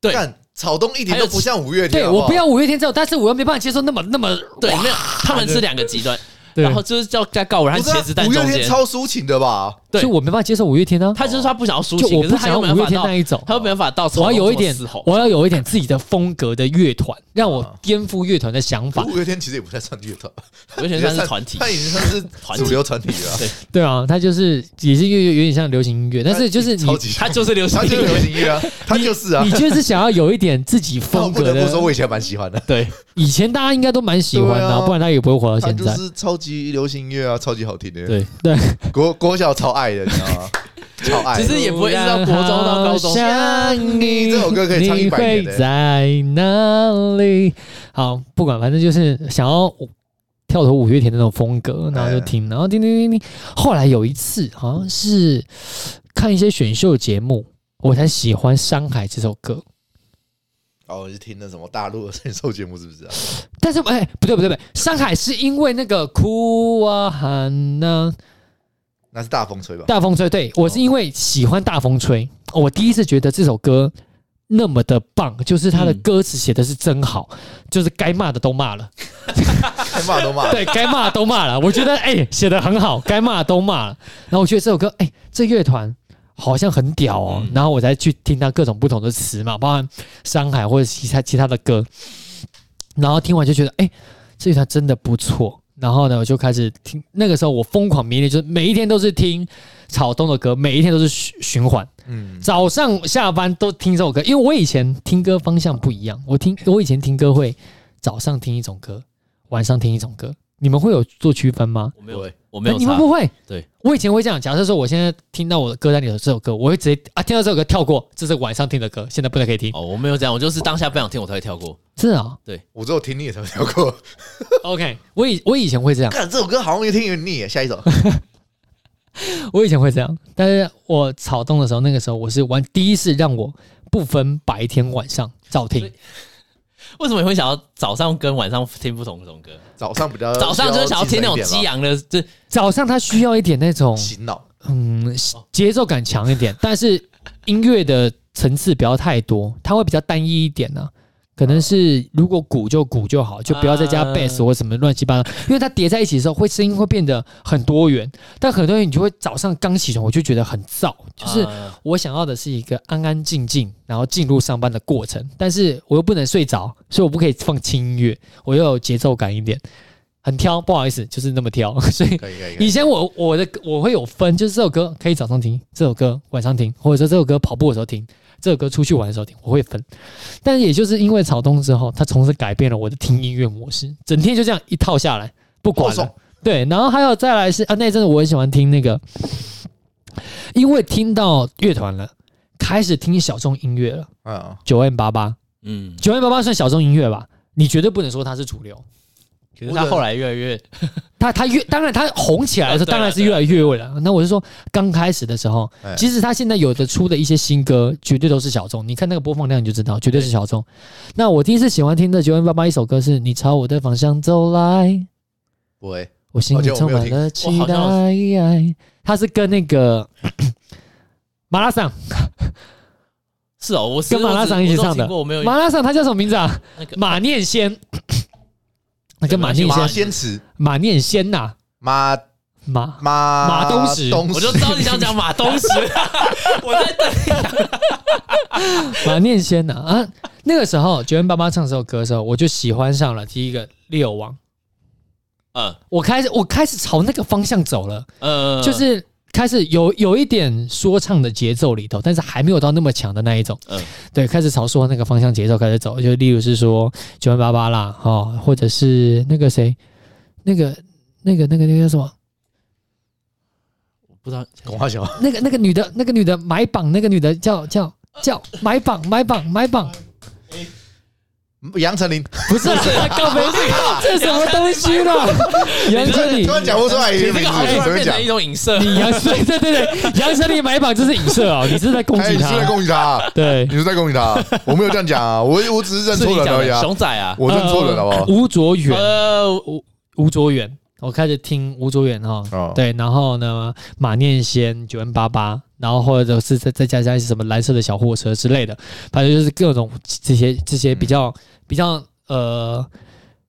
对
干草东一点都不像五月天，
对
好好
我不要五月天这种，但是我又没办法接受那么那么
对，没有，他们是两个极端，
对
然后就是叫在告人和
不是啊
茄子蛋
五月
中
天
间，
超抒情的吧？
对
所以我没办法接受五月天呢、
他就是他不想要抒
就
情，
我
可是
不
他
想要
又没
五月
办
天
法
那
到，
一种，
他又没办法到草东
我要
这么
有一点
嘶吼，
我要有一点自己的风格的乐团，让我
啊哦
颠覆乐团的想法。
五月天其实也不太算乐团，
五月天算是团体，
他已经算是
团体
主流团体了。
对，
对啊，他就是也是有有有点像流行音乐，但是就是你
超级
他就是流行
他
音
就是流
乐，
行音乐啊，他就是啊
你。就是想要有一点自 己
但我
风
不
格
得不说，
的。
我以前蛮喜欢的。
对，
以前大家应该都蛮喜欢的、
对啊
不然他也不会活到
他
现
就
在。
是超级流行音乐啊，超级好听的。
对
对，
国国小超爱的，你知道 吗？超爱。
其实也不会一直到国中到高中
突然好想你，
这首歌可以唱100年
你
的
会在哪里？好，不管，反正就是想要跳脱五月天的那种风格，然后就听，然后听听听听。后来有一次，好像是看一些选秀节目，我才喜欢《山海》这首歌。
哦，我是听那什么大陆的选秀节目，是 不是啊？
但是，哎、不对不对不对，《山海》是因为那个哭啊喊呐、
那是大风吹吧？
大风吹，对我是因为喜欢大风吹，我第一次觉得这首歌那么的棒，就是它的
嗯
歌词写的是真好，就是该骂的都骂了，
该哎骂都骂。
对该骂的都骂了，我觉得哎写的很好，该骂的都骂了，然后我觉得这首歌哎这乐团。好像很屌哦，
嗯
然后我才去听它各种不同的词嘛，包含《山海》或者其他其他的歌，然后听完就觉得，哎、这乐团真的不错。然后呢，我就开始听，那个时候我疯狂迷恋，就是每一天都是听草东的歌，每一天都是循循环，
嗯，
早上下班都听这首歌，因为我以前听歌方向不一样，我听我以前听歌会早上听一种歌，晚上听一种歌，你们会有做区分吗？哎
我没有，我没有
你们
差，
不会？
对，
我以前会这样。假设说我现在听到我的歌单里的这首歌，我会直接啊听到这首歌跳过，这是晚上听的歌，现在不太可以听。
哦，我没有这样，我就是当下不想听，我才会跳过。
是啊
我只有听你也才跳过。
，OK，我以我以前会这样，
看这首歌好像越听越腻耶，下一首。
我以前会这样，但是我草动的时候，那个时候我是玩第一次让我不分白天晚上照听
所以，为什么你会想要早上跟晚上听不同种歌？
早上比较
早上就是呃想要听那种啊激
激
昂的，这
早上它需要一点那种
洗脑。
嗯节奏感强一点，但是音乐的层次不要太多，它会比较单一一点呢、可能是如果鼓就鼓就好，就不要再加
啊
bass 或什么乱七八糟，因为它叠在一起的时候，会声音会变得很多元。但很多人你就会早上刚起床，我就觉得很燥，就是
啊
我想要的是一个安安静静，然后进入上班的过程，但是我又不能睡着，所以我不可以放轻音乐，我又有节奏感一点，很挑，不好意思，就是那么挑， 所以
可以可以可
以
以。
前我我的我会有分，就是这首歌可以早上听，这首歌晚上听，或者说这首歌跑步的时候听，这首歌出去玩的时候听，我会分。但也就是因为草东之后，他从此改变了我的听音乐模式，整天就这样一套下来，不管
放
了
松。
对，然后还有再来是啊，那阵子我很喜欢听那个，因为听到乐团了，开始听小众音乐了，
嗯，
九 M 八八，
嗯，
九 M 八八算小众音乐吧？你绝对不能说它是主流。
可是他后来越来越
他他越当然他红起来的时候，
啊对啊
当然是越来越稳了。那我是说，刚开始的时候
哎，
即使他现在有的出的一些新歌，绝对都是小众。你看那个播放量，你就知道绝对是小众。那我第一次喜欢听的九零八八一首歌是《你朝我的方向走来》，
不会，
我心
哦
里
这个我
充
没有
满
听
了期
我好
待
像。
他是跟那个马拉桑，
是哦，我是
跟马拉桑一起唱的
我只有听过我没有
马拉桑他叫什么名字啊？
那个
马念先，那跟马
你
念
先
马
先，
先驰，
马念先呐，
马
马
马
马东石
东
我就知道你想讲马东石， 我在 等
马念先呐啊那个时候九零八八唱这首歌的时候，我就喜欢上了第一个六王，
嗯
我开始我开始朝那个方向走了，
呃，
就是开始有有一点说唱的节奏里头，但是还没有到那么强的那一种，
嗯
对，开始朝说那个方向节奏开始走，就例如是说九零八八啦，哦，或者是那个谁，那个那个那个那个叫什么？
不知道
孔化雄，
那个那个女的，那个女的买榜，那个女的叫叫叫买榜买榜买榜，
杨丞琳，
不 是啦，告白这什么东西 啦？杨经理
突。然讲不出来一
你
哎
这
个名
个
字，
好
随
像变
便讲
成一。种影射，
你杨丞对对对，杨丞琳买榜这是影射哦，你是在攻
哎，
击
你是在
他。
恭喜他，
对
哎你，是在恭喜他， 我没有这样讲啊，我我只是认
是你
错人
讲
而已
的
啊，
熊仔啊，
我认错人了好
呃
不
吴卓源，
呃，
吴卓源，我开始听吴卓源哈。
好？哦，
呃对，然后呢，马念先九 N 八八，然后或者是再再加加一些什么蓝色的小货车之类的，反正就是各种这些这些比较、比较呃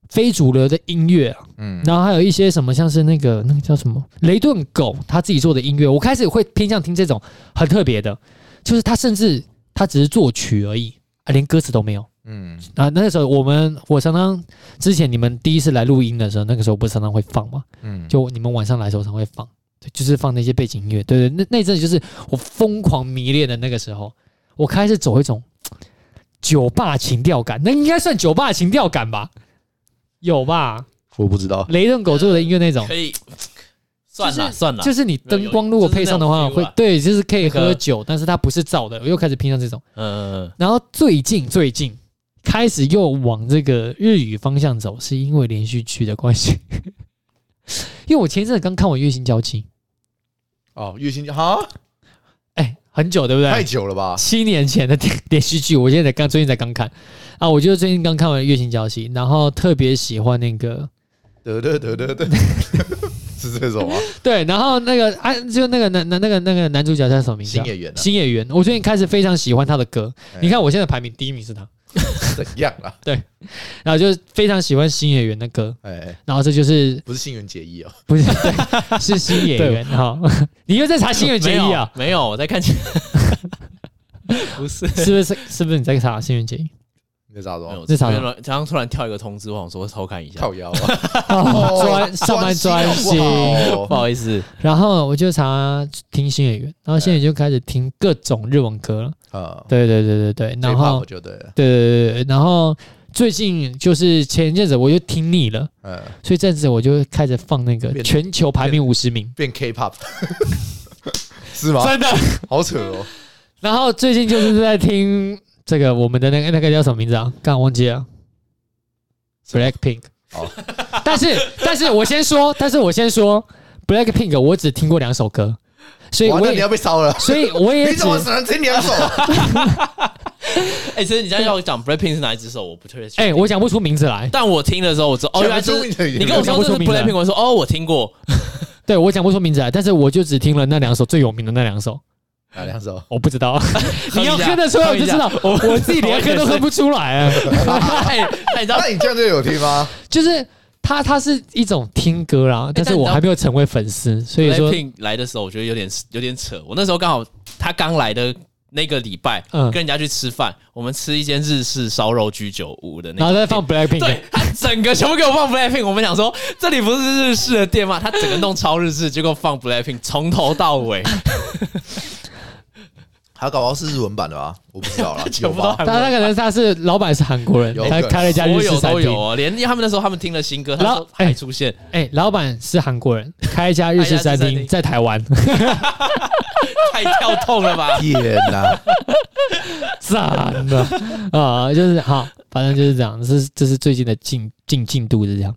非主流的音乐啊
嗯，
然后还有一些什么，像是那个那个叫什么雷顿狗他自己做的音乐，我开始会偏向听这种很特别的，就是他甚至他只是作曲而已，啊，连歌词都没有。
嗯，
啊，那个时候我们我常常之前你们第一次来录音的时候，那个时候不是常常会放吗？
嗯，
就你们晚上来的时候常会放，对，就是放那些背景音乐，对对，那那一阵子就是我疯狂迷恋的那个时候，我开始走一种酒吧情调感，那应该算酒吧情调感吧？有吧？
我不知道，
雷顿狗做的音乐那种，
可以算
就
了
是
算了，
就是你灯光如果配上的
就
话，
是那种
会
feel 啊
对，就是可以
那个
喝酒，但是它不是燥的。我又开始偏向这种，
嗯，
然后最近最近开始又往这个日语方向走，是因为连续剧的关系。 因为我前一阵子刚看完《月薪娇妻》，
哦，月薪哈，
哎，很久对不
太
对？
久了吧？
七年前的电连续剧，我现在才刚最近才刚看啊，我就是最近刚看完《月薪娇妻》，然后特别喜欢那个
得得得得得， 是这首吗？
对，然后那个啊，就那个男男那个那个男主角叫什么名字啊？
新演员啊
新演员，我最近开始非常喜欢他的歌。
哎
你看我现在排名第一名是他，
怎样啊？
然后就是非常喜欢新演员的歌，
哎，
然后这就是
不是新垣结衣哦，
不是对是新演员哈？你又在查新垣结
没
衣
有
啊？
没 有，我在看，不是
哦是不是是不是你在查新垣结衣？
你你咋
没
说？
有，
日常
没有突然常常突然跳一个通知，我想说偷看一下，
靠腰 啊，
哦专上班专
心
心
好。
哦
不
不
好，
好意思，
然后我就查听新演员，然后新演员就开始听各种日文歌了。
呃，
对对对对对，然后
J-pop 就对了，
对对对对，对然后最近就是前一阵子我就听腻了，
嗯，
所以这阵子我就开始放那个
变
全球排名五十名，
变 K-pop 是吗？
真的。
好扯哦，
然后最近就是在听这个我们的那个那个叫什么名字啊？刚刚忘记了，Black Pink。
哦
但是但是我先说，但是我先说 Black Pink，我只听过两首歌，所以
完
我
了你
也
要被烧了，
所以我也
你
只
怎么只能听两 首？
哎，其实你现在要我讲 Blackpink 是哪一只手，我不确定。
哎、我讲不出名字来，
但我听的时候，我知道哦，原来
讲
是
不出名字
你跟我说这
讲
是
不出名字
Blackpink，我说哦，我听过，
对我讲不出名字来，但是我就只听了那两首最有名的那两首，
哪两首？
我不知道，你要
哼一下
哼得出来我就知道，
我
我自己连哼都哼不出来啊，
哎，那你知道
那你这样就有听吗？
就是。它它是一种听歌啦，但是
但你
我
知道
还没有成为粉丝， 所以说
Blackpink 来的时候，我觉得有点有点扯。我那时候刚好他刚来的那个礼拜，
嗯
跟人家去吃饭，我们吃一间日式烧肉居酒屋的那
然
个
后
店。
再放 Blackpink，
对他整个全部给我放 Blackpink，我们想说这里不是日式的店吗？他整个弄超日式，结果放 Blackpink 从头到尾，
还搞不好是日文版的吧？我不知 道了，
全
有
部都
吧？
韩
他
国
他可能他是老板是韩国人，
有
他
可能
开了一家日
所
式
有
餐
都有
厅。
哦，连他们那时候他们听了新歌，他
然后
说还出现，
哎、老板是韩 国人，开一家日式
开一家日式餐
餐厅
厅
在台湾，
太跳痛了吧？
天哪！
赞的啊，就是好，反正就是这样，这是这是最近的进进进度是这样。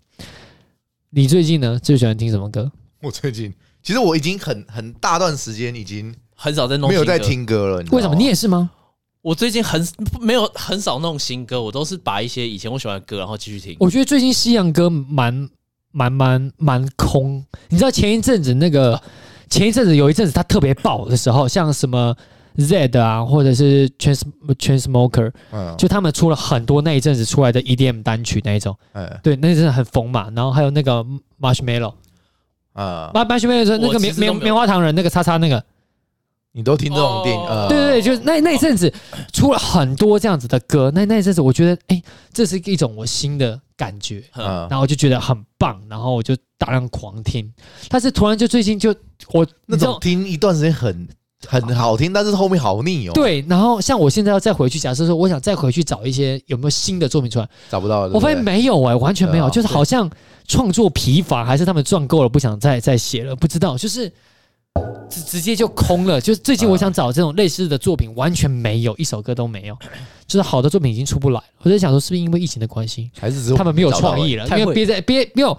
你最近呢最喜欢听什么歌？
我最近其实我已经很很大段时间已经
很少在弄，
没有在。听歌了，
为什么你
也
也是吗？
我最近很没有很少弄新歌，我都是把一些以前我喜欢的歌，然后继续听。
我觉得最近西洋歌蛮蛮蛮蛮空。你知道前一阵子那个
啊
前一阵子有一阵子它特别爆的时候，像什么 Z 啊，或者是 Trans Trans Smoker，
嗯
就他们出了很多那一阵子出来的 EDM 单曲那一种，
哎
对，那一阵子很疯嘛。然后还有那个 Marshmallow，Marshmallow
啊，
是那个
我其
棉
实都
棉
没有
棉花糖人那个叉叉那个，
你都听这种电影？
哦
呃
对对对，就是那那一阵子出了很多这样子的歌。那那一阵子我觉得，哎，这是一种我新的感觉，
嗯，
啊
然后我就觉得很棒，然后我就大量狂听。但是突然就最近就我
那
你知道
种听一段时间很很好听，但是后面好腻哦，，
对，然后像我现在要再回去，假设说我想再回去找一些有没有新的作品出来，
找不到了。
我发现
对不对
没有哎、完全没有，
对啊
就是好像创作疲乏，还是他们赚够了，不想再再写了，不知道，就是直直接就空了。就是最近我想找这种类似的作品，完全没有，一首歌都没有，就是好的作品已经出不来了。我在想说，是不是因为疫情的关系，
还是只是
他们没有
找不到欸
创意了？
太
因为
会
憋在憋没有，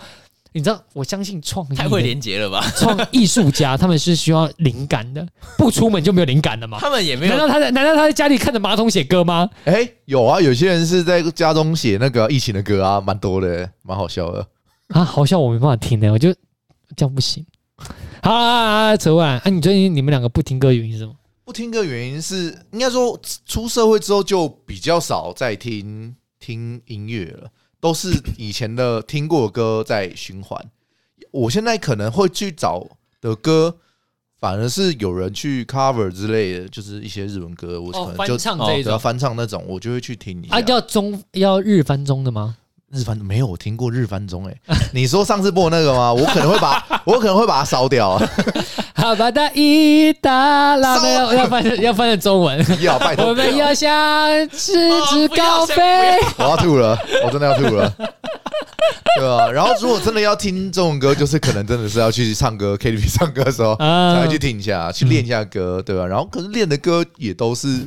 你知道，我相信创意
太会
的
连接了吧？
创艺术家，他们是需要灵感的，不出门就没有灵感了嘛？
他们也没
难
有
道他在难道他在家里看着马桶写歌吗？
哎、有啊，有些人是在家中写那个疫情的歌啊，蛮多的，蛮好笑的。
啊，好笑我没办法听的，我就这样不行。好啊，扯完啊，你最近你们两个不听歌的原因是什么？
不听歌原因是，应该说出社会之后就比较少在听听音乐了，都是以前的听过的歌在循环。我现在可能会去找的歌，反而是有人去 cover 之类的，就是一些日文歌，我可能就、
唱
这一
只要翻唱那种，我就会去听一下。
啊，要中要日翻中的吗？
日翻没有我听过日翻中哎、你说上次播那个吗？我可能会把我可能会把它烧掉啊。
好吧，大一达拉
骚
没有要翻成要翻成中文。
要拜托，
我们要像直至高
哦不要
飞，
我要吐了，我真的要吐了。对啊，然后如果真的要听这种歌，就是可能真的是要去唱歌 KTV 唱歌的时候
啊
才会去听一下，去练一下歌，对吧、然后可是练的歌也都是，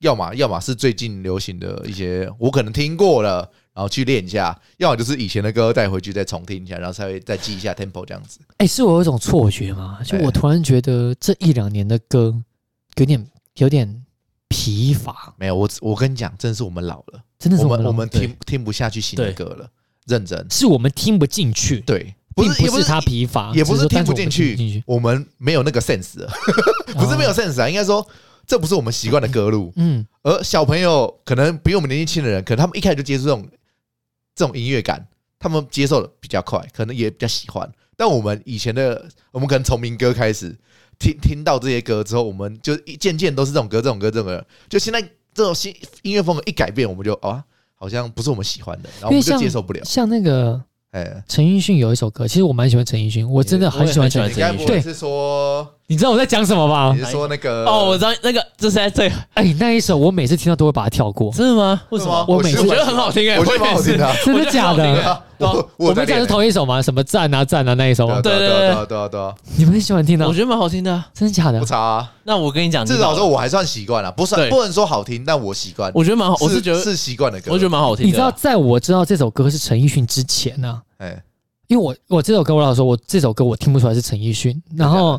要么要么是最近流行的一些，我可能听过了，然后去练一下；要么就是以前的歌带回去再重听一下，然后才会再记一下 tempo 这样子。
哎、是我有一种错觉吗？就我
哎
突然觉得这一两年的歌有点有点疲乏，
没有，我我跟你讲，真的是我们老了，
真的是
我
我们
们
老
我们
对
听听不下去新
对
的歌了，认真
是我们听不进去，
对，
并
是也
不
不
是他疲乏，
也不
啊只
是
说
听
单
不
纯我
进
们
去，我们没有那个 sense，了
哦
不是没有 sense 啊，应该说这不是我们习惯的歌路。
嗯，
而小朋友可能比我们年纪轻的人，可能他们一开始就接触这种这种音乐感，他们接受的比较快，可能也比较喜欢。但我们以前的，我们可能从民歌开始听听到这些歌之后，我们就一渐渐都是这种歌、这种歌、这种歌。就现在这种新音乐风格一改变，我们就啊，好像不是我们喜欢的，然后我
因为
们就
像呃
接受不了。
像那个
哎，
陈奕迅有一首歌，其实我蛮喜欢陈奕迅，我真的很喜欢陈
我
奕
也
你
很
迅。
喜欢
该
陈
不
奕迅
会是说
你知道我在讲什么吧
你？是说那个？
哦，我知道那个，这是在最
哎、那一首我每次听到都会把它跳过，
真的吗？为什么？
我每
是
次
我觉得很好听哎、
我觉得蛮好听的啊。
真的假
我觉得很
的？
好
啊我
我
在
们讲的
练
是同一首吗？什么赞啊赞啊那一首吗？
对
对
对
对
对
对对啊对啊，
你们很喜欢听的、哦
我觉得蛮好听的啊、
真的假的
不？差啊。
那我跟你讲，
至少说我还算习惯了，啊不算
对
不能说好听，但我习惯。
我觉得蛮好，我是觉得
是习惯的歌，
我觉得蛮好听的啊。
你知道，在我知道这首歌是陈奕迅之前啊呢、
哎，
因为我我这首歌，我老实说，我这首歌我听不出来是陈奕迅，然后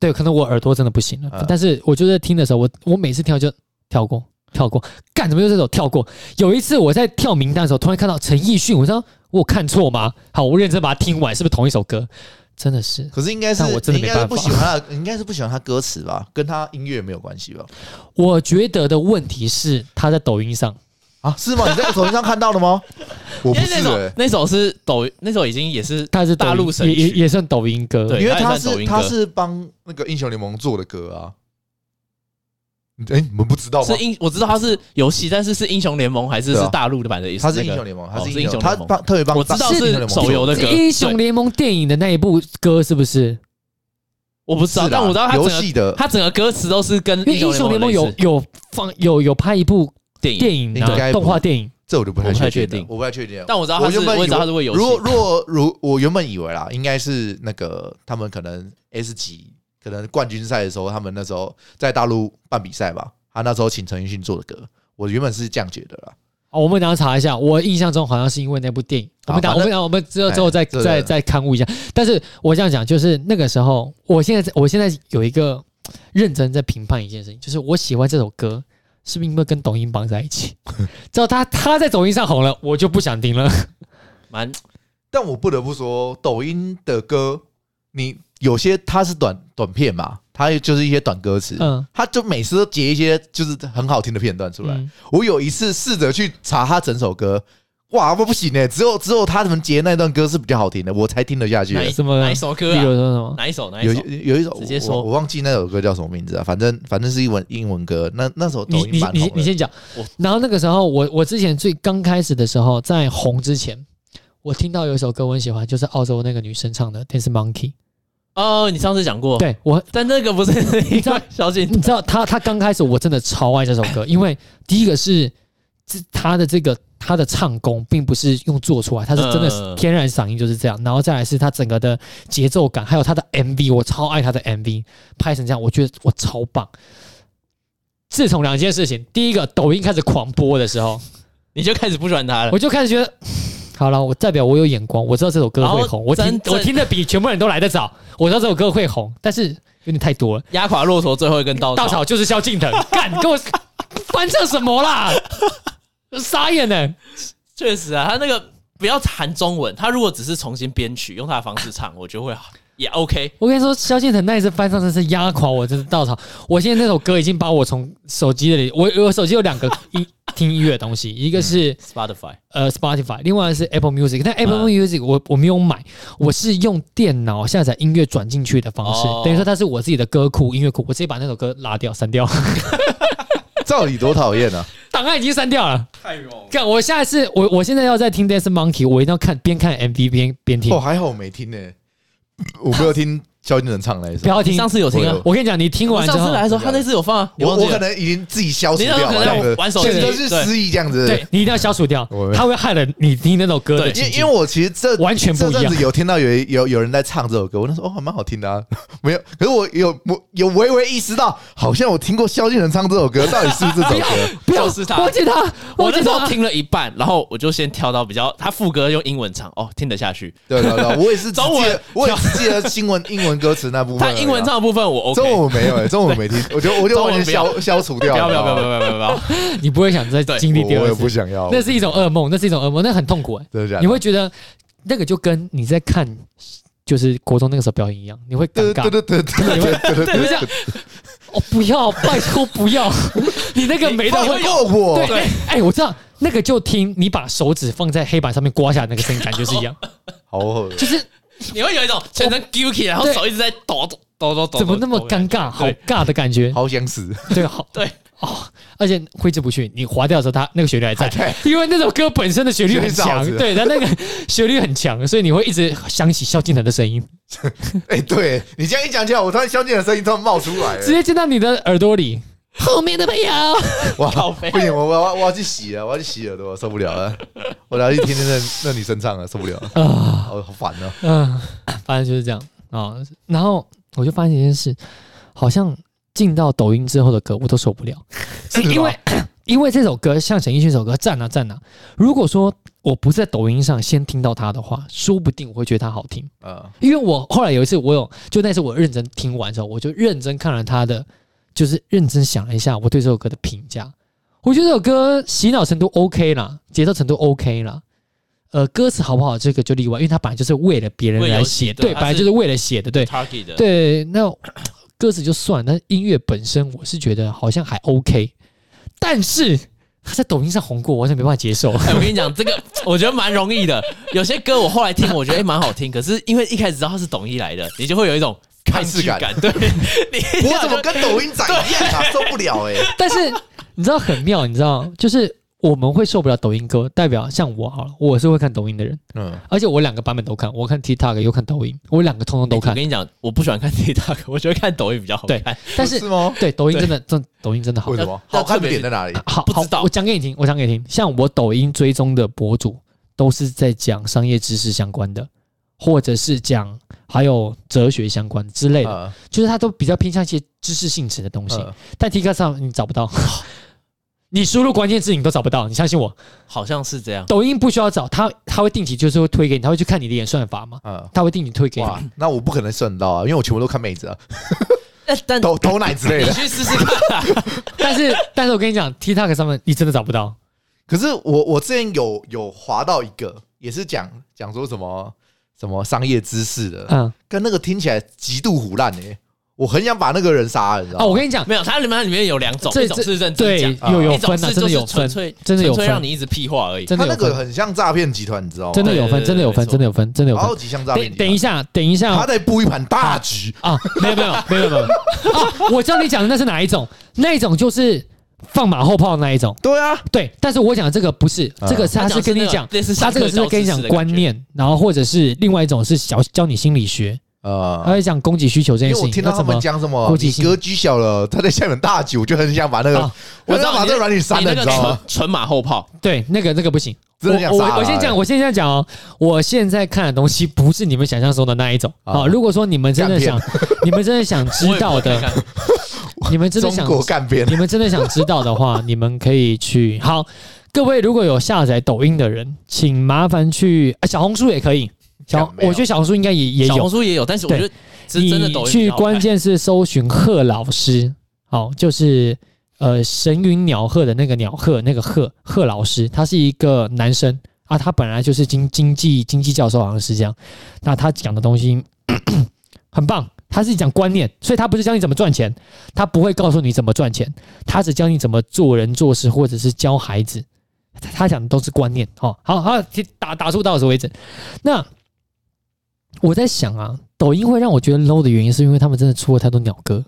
对，可能我耳朵真的不行了，
嗯
但是我就在听的时候，我我每次跳就跳过跳过，干怎么又这首跳过？有一次我在跳名单的时候，突然看到陈奕迅，我说我有看错吗？好，我认真把它听完，是不是同一首歌？真的是，
可是应该是
但我真的
你
没
应该是
办法
不喜欢他的，你 应该是不喜欢他歌词吧？跟他音乐没有关系吧？
我觉得的问题是他在抖音上，
啊，是 吗？你在抖音上看到 了吗？
因
我不
为
是
那首
欸，
那首是抖，那首已经也是
他是抖音
大陆神
也也
曲，
也算抖音歌，
对
因为他
他也算抖
是
音歌
他是帮那个英雄联盟做的歌啊。哎，你们不知道吗
是？英我知道他是游戏，但但是是英雄联盟还是
对啊
是大陆的版的意思？
他是
那
英
个
雄联盟，他
哦
是
是
英
英雄
雄，他
联盟
帮特别帮
我知道
是
是
英雄联盟做
手游的歌
是英雄联盟电影的那一部歌是不是？
我不知
是
道，
啦
啊但我知道他整
游
个
戏的
他整个歌词都是跟
因为英雄联盟有
类似
有放有有拍一部
电影，
电影
应该
啊，
不
动画电影，
这我就不
我不太
太
确
定了
定，
我不太确定了。
但我知道他
我
是，
原本
我也知道他是为游戏。
如若如我原本以为啦，应该是那个他们可能 S 级可能冠军赛的时候，他们那时候在大陆办比赛吧，他那时候请陈奕迅做的歌，我原本是这样觉得啦。
哦，我们等一下查一下。我印象中好像是因为那部电影。我
好
们等一下我
反
们等一下我们之后之后再
哎这个
再再刊物一下。但是我这样讲，就是那个时候，我现在我现在有一个认真在评判一件事情，就是我喜欢这首歌是不是因为跟抖音绑在一 起？只要他他在抖音上红了，我就不想听了。
蛮
但我不得不说，抖音的歌，你有些它是短短片嘛，它就是一些短歌词，
嗯，
它就每次都截一些就是很好听的片段出来。
嗯
我有一次试着去查他整首歌，哇，不不行呢、欸只有只有他们截那段歌是比较好听的，我才听得下去、欸
哪一
什么
哪一首歌
例如
啊？
说什么？
哪一首？哪
有
一首？
有一首
直接说
我，我忘记那首歌叫什么名字啊，反正反正是英文英文歌。那那啊首抖
你
音
你
蛮
你
红
你
的。
先讲
我。
然后那个时候，我我之前最刚开始的时候，在红之前，我听到有一首歌我很喜欢，就是澳洲那个女生唱的《Dance Monkey》。
哦，你上次讲过，
对我，
但那个不是
你
一
知道
个小姐
你知道她她刚开始我真的超爱这首歌，因为第一个是这她的这个她的唱功并不是用做出来，她是真的是
嗯
天然嗓音就是这样。然后再来是她整个的节奏感，还有她的 MV，我超爱她的 MV 拍成这样，我觉得我超棒。自从两件事情，第一个抖音开始狂播的时候，
你就开始不喜欢她了
我。就开始觉得，好了，我代表我有眼光，我知道这首歌会
然后
红，我听
真正
我听的比全部人都来得早，我知道这首歌会红，但是有点太多了。
压垮骆驼最后一根稻
哦稻
草，
草就是萧敬腾， 干跟我翻这什么啦？傻眼欸呢、
确实啊，他那个不要谈中文，他如果只是重新编曲，用他的方式唱，我觉得会好也 OK。
我跟你说，萧敬腾那一次翻唱真是压垮我，真是稻草。我现在那首歌已经把我从手机里，我我手机有两个音听音乐的东西，一个是
Spotify
呃 Spotify，另外是 Apple Music。但
嗯
Apple Music 我我没有买，我是用电脑下载音乐转进去的方式，
哦
等于说它是我自己的歌库、音乐库，我直接把那首歌拉掉、删掉，
照理多讨厌 啊！
档案已经删掉了。
太猛，
干，我下一次我我现在要在听 Dance Monkey，我一定要看边看 MV 边边听
哦，，还好我没听呢、我没有听萧敬腾唱那一
不
首。
要听。
上次有听啊
我有，
我跟你讲，你听
我
完之
上次
后，
来的时候，他那次有放啊，你
我
忘记
我
了
可能已经自己消除
你
掉
那时候可能
了，
在
这样
玩手
子
机
选择是
对
失忆这样子。
对，你一定要消除掉
我，
它会害了你听那首歌
对
的
因
情
为
境
因为我其实这
完全不
这
一
阵
样
子。有听到有有有人在唱这首歌，我那时候哦还蛮好听的啊，没有，可是我有我有微微意识到，好像我听过萧敬腾唱这首歌，到底是不是这首歌？
不要
就是它
忘记它，
我
忘记
那时候
它。
听了一半，然后我就先跳到比较他副歌用英文唱，哦，听得下去。
对对对，我也是只
中
记
文
得，我也只记得新闻英文歌词那部分
他
而已啊。
英文唱的部分我 OK。
中文我没有哎，中文我没听，我就我就
中
完
文
全消消除掉
不要
了。
不要不要不要不要不要！ 不要
你不会想再经历
我
第
我
二
也不
次，
想啊要，
那是一种噩梦，那是一种噩梦，那很痛苦哎。
真的假
你
的？
会觉得那个就跟你在看就是国中那个时候表演一样，你会尴
对
尬
对。对对对
你会
对
你会这样，哦不要，拜托不要， 你那个没得
放
会
过我，
对，哎、我知道那个就听你把手指放在黑板上面刮下来那个声音，感觉是一 样，
好恶心，
就是
你会有一种全身揪起来，然后
对
手一直在抖抖抖抖抖抖，
怎么那么
抖
尴尬，好尬的感觉，
好想死。
对，好
对，
哦，而且挥之不去。你划掉的时候，它那个旋律 还在，
对
因为那首歌本身的旋律很强
旋律罩，子
对，它那个旋律很强，所以你会一直想起萧敬腾的声音，
哎、对你这样一讲起来，我突然萧敬腾的声音突然冒出来了，
直接进到你的耳朵里。后面的朋 友，
哇，
靠背
不行，我我要我要去洗了，我要去洗耳朵，受不 了了，我要去听听那那女生唱了，受不了了，
啊，
好好烦哦。
嗯，反正就是这样啊、然后我就发现一件事，好像进到抖音之后的歌我都受不了，是
是吗
因为因为这首歌像陈奕迅这首歌赞啊赞啊，如果说我不是在抖音上先听到它的话，说不定我会觉得它好听。
嗯，
因为我后来有一次，我有就那次我认真听完之后，我就认真看了他的，就是认真想了一下我对这首歌的评价。我觉得这首歌洗脑程度 OK 啦，节奏程度 OK 啦，呃，歌词好不好这个就例外，因为它本来就是为了别人
为了
来写，
写的
对，
它
本来
是
就是为了写的，对
Target 的，
对。那歌词就算，但是音乐本身我是觉得好像还 OK，但是他在抖音上红过，我好像没办法接受。
哎，我跟你讲，这个我觉得蛮容易的。有些歌我后来听，我觉得哎蛮、好听，可是因为一开始知道它是抖音来的，你就会有一种抗拒
排
感。对，你
我怎么跟抖音仔一样 啊？受不了哎、
但是你知道很妙，你知道，就是我们会受不了抖音歌，代表像我好了，我是会看抖音的人，
嗯，
而且我两个版本都看，我看 TikTok 又看抖音，我两个通通都
我
看。
跟你讲，我不喜欢看 TikTok，我觉得看抖音比较好看。
但是
是吗？
对抖音真的，真抖音真的好
为。什么？
那
好看
特
的
别
点在哪里？
好
不知
好
道
我讲给你听，我讲给你听。像我抖音追踪的博主，都是在讲商业知识相关的，或者是讲还有哲学相关之类的，
嗯
就是他都比较偏向一些知识性质的东西。
嗯
但 TikTok 上你找不
哦
到，你输入关键字你都找不到，你相信我。
好像是这样。
抖音不需要找他，他会定期就是会推给你，他会去看你的演算法嘛，
嗯，
他会定期推给
哇
你。，
那我不可能算到啊，因为我全部都看妹 子啊，
但但
抖抖奶之类
你
的。
去试试看 啊。
但是，但是我跟你讲，TikTok 上面你真的找不到。
可是我我之前有有滑到一个，也是讲讲说什么什么商业知识的，
嗯
跟那个听起来极度胡烂哎，我很想把那个人杀了，你知道
啊，
吗？
我跟你讲，
没有，它里面里面有两种，
这
一种是认真
对
讲，
啊
有有
一种
分啊，
是
真
就
的有
是纯
分，
粹
真的有
纯粹让
分，
你一直屁话而已。
真
他
的
那
有
个
分，
很像诈骗集团，你知道吗？
真的有分，
对对对
真的有分，
没错
真的有分，真的有分
好。几项诈骗
等
集团。
等一下，等一
啊他
下哦
在布一盘大局，
啊，没有没有没有没有， 啊，我知道你讲的那是哪一种，那一种就是放马后炮的那一种。
对啊，
对，但是我讲的这个不是，
啊
这个是
他
他是
讲
跟你
那个
讲，
类似
他
上
这个
课
是
教
跟你
知
讲
识的
观
感觉，
念，然后或者是另外一种是教教你心理学，他
呃，
会讲供给需求这
因
件事
为我
情，
听到
要
他
怎么
们讲什么
国，际
你
性
格局小了，他在下面大局，我就很想把那个
啊，
我很
知道
想把
你
这个软体删
你
了，
那
你
个
知道
纯
吗？
纯马后炮，
对那个那个不行。
真的
我
想
我
杀了
我先讲，我先这样讲哦，我现在看的东西不是你们想象中的那一种
啊
啊。如果说你们真的想，你们真的想知 道
我也不
的，
会看
你们真的
中
想，
国干边
你们真的想知道的话，你们可以去好。各位如果有下载抖音的人，请麻烦去、啊小红书也可以。小
没有
我觉得小红书应该也也
小红
有，
书也有，但是我
对
觉得是真的抖
你
音
去
比较好看
关键是搜寻贺老师，好，就是呃神云鸟鹤的那个鸟鹤，那个贺贺老师，他是一个男生啊，他本来就是经经济经济教授，好像是这样。那他讲的东西 咳咳很棒，他是讲观念，所以他不是教你怎么赚钱，他不会告诉你怎么赚钱，他只教你怎么做人做事，或者是教孩子。他他讲的都是观念哦，好好打打住到此为止。那我在想啊，抖音会让我觉得 low 的原因，是因为他们真的出了太多鸟歌。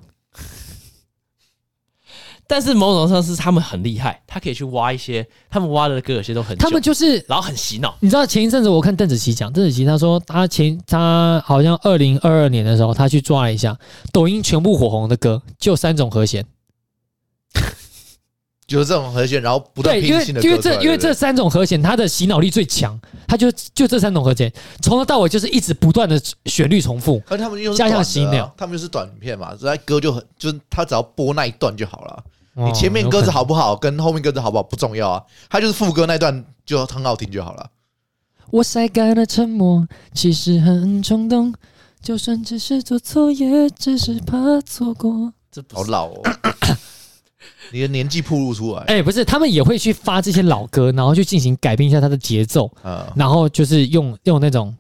但是某种程度上是他们很厉害，他可以去挖一些他们挖的歌，有些都很久
他们就是，
然后很洗脑，
你知道前一阵子我看邓紫棋讲，邓紫棋她说她前她好像二零二二年的时候，她去抓了一下抖音全部火红的歌，就三种和弦。
就是这种和弦，然后不断
对，因
拼
为
新的
因为
歌出来
这因为
对
这
不对
三种和弦，它的洗脑力最强，它就就这三种和弦，从头到尾就是一直不断的旋律重复。
而且他们又是
加上
短的啊
洗脑
他们就是短片嘛，所以他歌就很就是他只要播那一段就好了。你
哦
前面
有
歌
可
词
能
好不好，跟后面歌词好不好不重要啊，他就是副歌那段就很好听就好了。
我晒干了沉默，其实很冲动，就算只是做错，也只是怕错过。
这不
好
是
老哦，你的年纪暴露出来，
哎、不是，他们也会去发这些老歌，然后去进行改变一下它的节奏，
嗯，
然后就是用用那种，